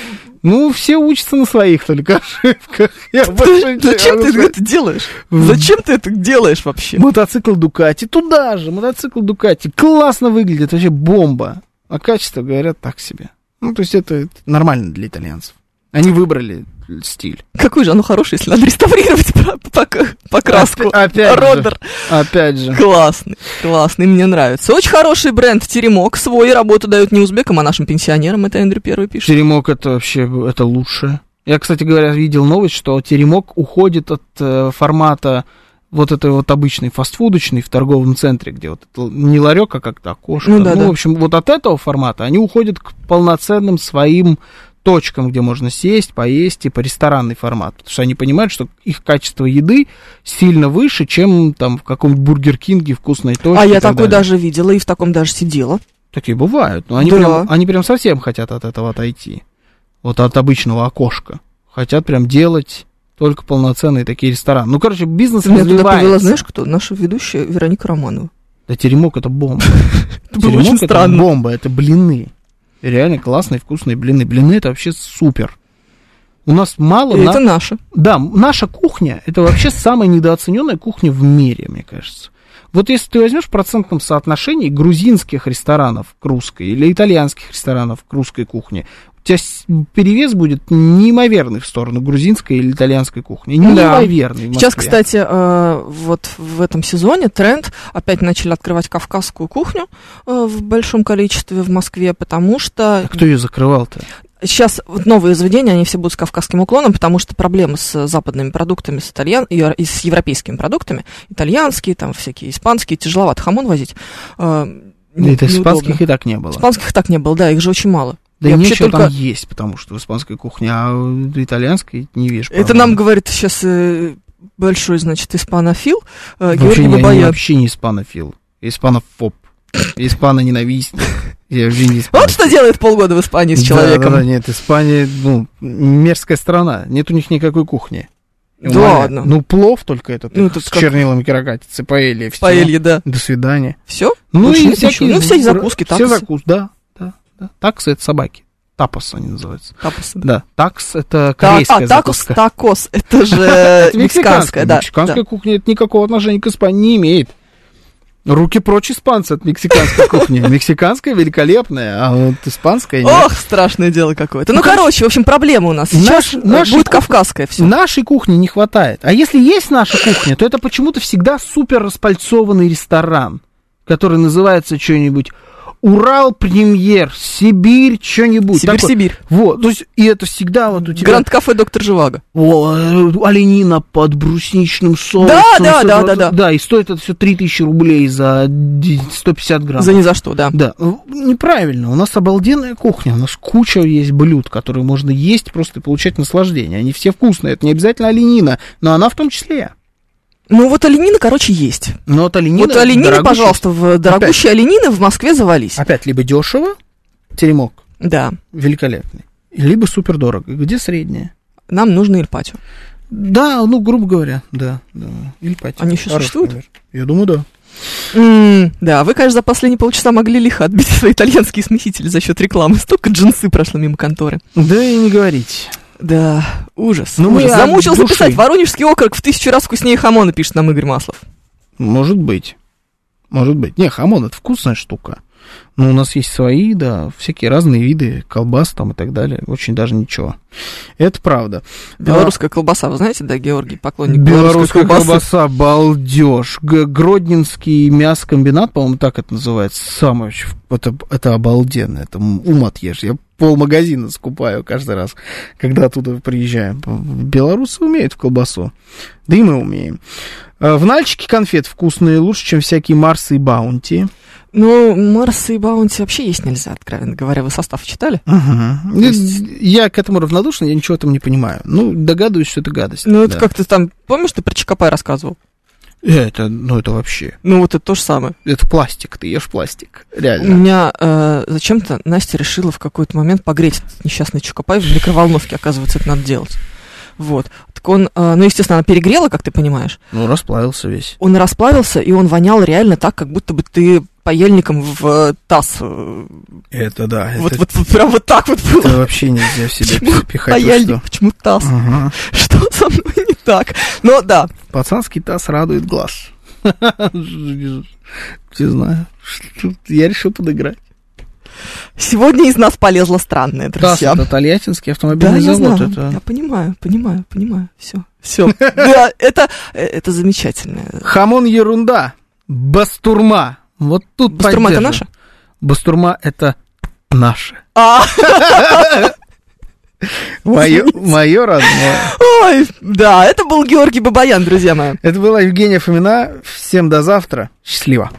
Ну, все учатся на своих только ошибках. Ну, Я больше
Ты-
ничего не
зачем
могу
ты
сказать.
это делаешь?
М.
Зачем ты это делаешь вообще?
Мотоцикл Дукати. Туда же, мотоцикл Дукати. Классно выглядит, вообще бомба. А качество, говорят, так себе. Ну, то есть это это нормально для итальянцев. Они выбрали стиль.
Какой же оно хорошее, если надо реставрировать по- по- по- покраску.
Опя- опять же.
Родер.
Опять же.
Классный, классный, мне нравится. Очень хороший бренд Теремок. Свой работу дают не узбекам, а нашим пенсионерам. Это Эндрю Первый пишет.
Теремок это вообще это лучшее. Я, кстати говоря, видел новость, что теремок уходит от э, формата вот этой вот обычной фастфудочной в торговом центре, где вот это не ларек, а как-то окошко.
Ну да, да.
в общем, вот от этого формата они уходят к полноценным своим точкам, где можно сесть, поесть, типа ресторанный формат. Потому что они понимают, что их качество еды сильно выше, чем там в каком-нибудь Бургер Кинге вкусной точке.
А
и
я
так
такой
далее.
даже видела и в таком даже сидела.
Такие бывают. Но они,
Да.
прям, они прям совсем хотят от этого отойти. Вот от обычного окошка. Хотят прям делать только полноценные такие рестораны. Ну, короче, бизнес
Меня туда
развивается.
повела, знаешь кто? Наша ведущая Вероника Романова.
Да теремок это бомба.
Это было
Теремок
очень
это
странно.
бомба, это блины. Реально классные, вкусные блины. Блины это вообще супер. У нас мало...
И
на-
Это наша.
Да, м- наша кухня это вообще самая недооцененная кухня в мире, мне кажется. Вот если ты возьмешь в процентном соотношении грузинских ресторанов к русской или итальянских ресторанов к русской кухне, у тебя с- перевес будет неимоверный в сторону грузинской или итальянской кухни.
Да.
Неимоверный. в
Сейчас,
Москве.
кстати, э, вот в этом сезоне тренд опять начали открывать кавказскую кухню э, в большом количестве в Москве, потому что
А кто ее закрывал-то?
сейчас вот новые заведения, они все будут с кавказским уклоном, потому что проблемы с э, западными продуктами, с, итальян... и ра- и с европейскими продуктами, итальянские, там всякие испанские, тяжеловато хамон возить. э, не-
Это
неудобно.
испанских и так не было.
Испанских так не было, да, их же очень мало.
Да и
Я вообще
нечего там
только-
есть, потому что в испанской кухне, а в итальянской не видишь.
Это нам говорит сейчас э, большой, значит, испанофил э,
Вообще,
Георгий
не- они
Бабаян.
вообще не испанофил. Испанофоб. Испаноненавистник. Я вообще не испанец.
Вот что делает полгода в Испании с
Да,
человеком.
да, да, нет, Испания, ну, мерзкая страна. Нет у них никакой кухни.
Да
Умоляю.
ладно.
Ну, плов только этот
Ну,
их
это
с
как-
чернилами каракатицы, паэлья. и всё.
Паэлья, да.
До свидания.
Все?
Ну,
Больше
и
нет
всякие...
ничего. Ну, все закуски,
Все
таксы.
закуски, да, да, да. Таксы — это собаки. Тапос они называются.
Тапосы.
Да, такс — это
Та-
корейская
а, такос,
закуска.
такос, это же
Это
Э, мексиканская, да.
Мексиканская
да.
кухня это никакого отношения к Испании не имеет. Руки прочь испанцы от мексиканской кухни. Мексиканская великолепная, а вот испанская нет.
Ох, страшное дело какое-то. Ну,
Ну, как-
короче, в общем, проблема у нас.
Наш-
Сейчас э,
наши
будет
кухни-
кавказская все.
Нашей кухни не хватает. А если есть наша кухня, то это почему-то всегда супер распальцованный ресторан, который называется что-нибудь Урал премьер, Сибирь, что-нибудь. такое.
Сибирь-Сибирь.
Вот, то есть, и это всегда вот у тебя...
Гранд-кафе «Доктор Живаго».
О, э, оленина под брусничным соусом.
да,
Со-
да,
со-
да, да.
Да, и стоит это все 3000 рублей за ди- 150 грамм.
За ни за что, да.
Да, э, неправильно, у нас обалденная кухня, у нас куча есть блюд, которые можно есть просто и получать наслаждение. Они все вкусные, это не обязательно оленина, но она в том числе.
Ну, вот оленина, короче, есть.
Но вот оленина...
вот оленина,
дорогущая- А-
пожалуйста, в дорогущие оленины в Москве завались.
Опять, либо дешево, теремок
Да.
великолепный, либо супер дорого. Где среднее?
Нам нужно Ирпатию.
Да, ну, грубо говоря, да. да. Или патико.
Они еще
Хороший
существуют?
пример. Я думаю, да.
М, Да, вы, конечно, за последние полчаса могли лихо отбить свои итальянские смесители за счет рекламы. Столько джинсы прошло мимо конторы.
Да и не говорите.
Да, ужас.
Ну,
ужас.
мы от
Замучился
души.
писать. Воронежский окорок в тысячу раз вкуснее хамона, пишет нам Игорь Маслов.
Может быть. Может быть. Не, хамон это вкусная штука. Ну, у нас есть свои, да, всякие разные виды колбас там и так далее. Очень даже ничего. Это правда.
Белорусская колбаса, вы знаете, да, Георгий, поклонник
Белорусская
белорусской колбасы.
колбаса, балдеж. Г- Гродненский мясокомбинат, по-моему, так это называется. Самое вообще, это, это обалденно, это м- ум отъешь. Я пол магазина скупаю каждый раз, когда оттуда приезжаем. Белорусы умеют в колбасу. Да и мы умеем. Э, В Нальчике конфет вкусные, лучше, чем всякие Марсы и Баунти.
Ну, Марсы и Баунти вообще есть нельзя, откровенно говоря. Вы состав читали?
А, Мгм. Ну, Я к этому равнодушен, я ничего там не понимаю. Ну, догадываюсь, что это гадость.
Ну, это
Да.
как ты там, помнишь, ты про Чикопай рассказывал?
Это, ну, это вообще.
Ну, вот это то же самое.
Это пластик, ты ешь пластик.
У
Реально.
меня э, зачем-то Настя решила в какой-то момент погреть этот несчастный Чукопай в микроволновке, оказывается, это надо делать. Вот. Так он, э, ну, естественно, она перегрела, как ты понимаешь.
Ну, расплавился весь.
Он расплавился, и он вонял реально так, как будто бы ты паяльником в э, таз. э,
Это да.
вот, Ну, вот, вот прям вот так вот
Это
было.
вообще нельзя в себе
Почему
пихать. вы
Паяльник,
что?
почему таз?
Ага.
Что со мной не так? Но да,
Пацанский таз радует глаз. Не знаю. Что- Я решил подыграть.
сегодня из нас полезла странная,
Таз
друзья.
это Тольяттинский
Да,
автомобильный
я
завод.
знаю.
Это
Я понимаю, понимаю, понимаю. Все, все. Да, это, э, это замечательно.
Хамон ерунда. Бастурма. Вот тут
Бастурма это
поддерживаю.
наша?
Бастурма это наше.
А,
Мое, мое родное.
ой, да, это был Георгий Бабаян, друзья мои.
Это была Евгения Фомина. Всем до завтра. Счастливо.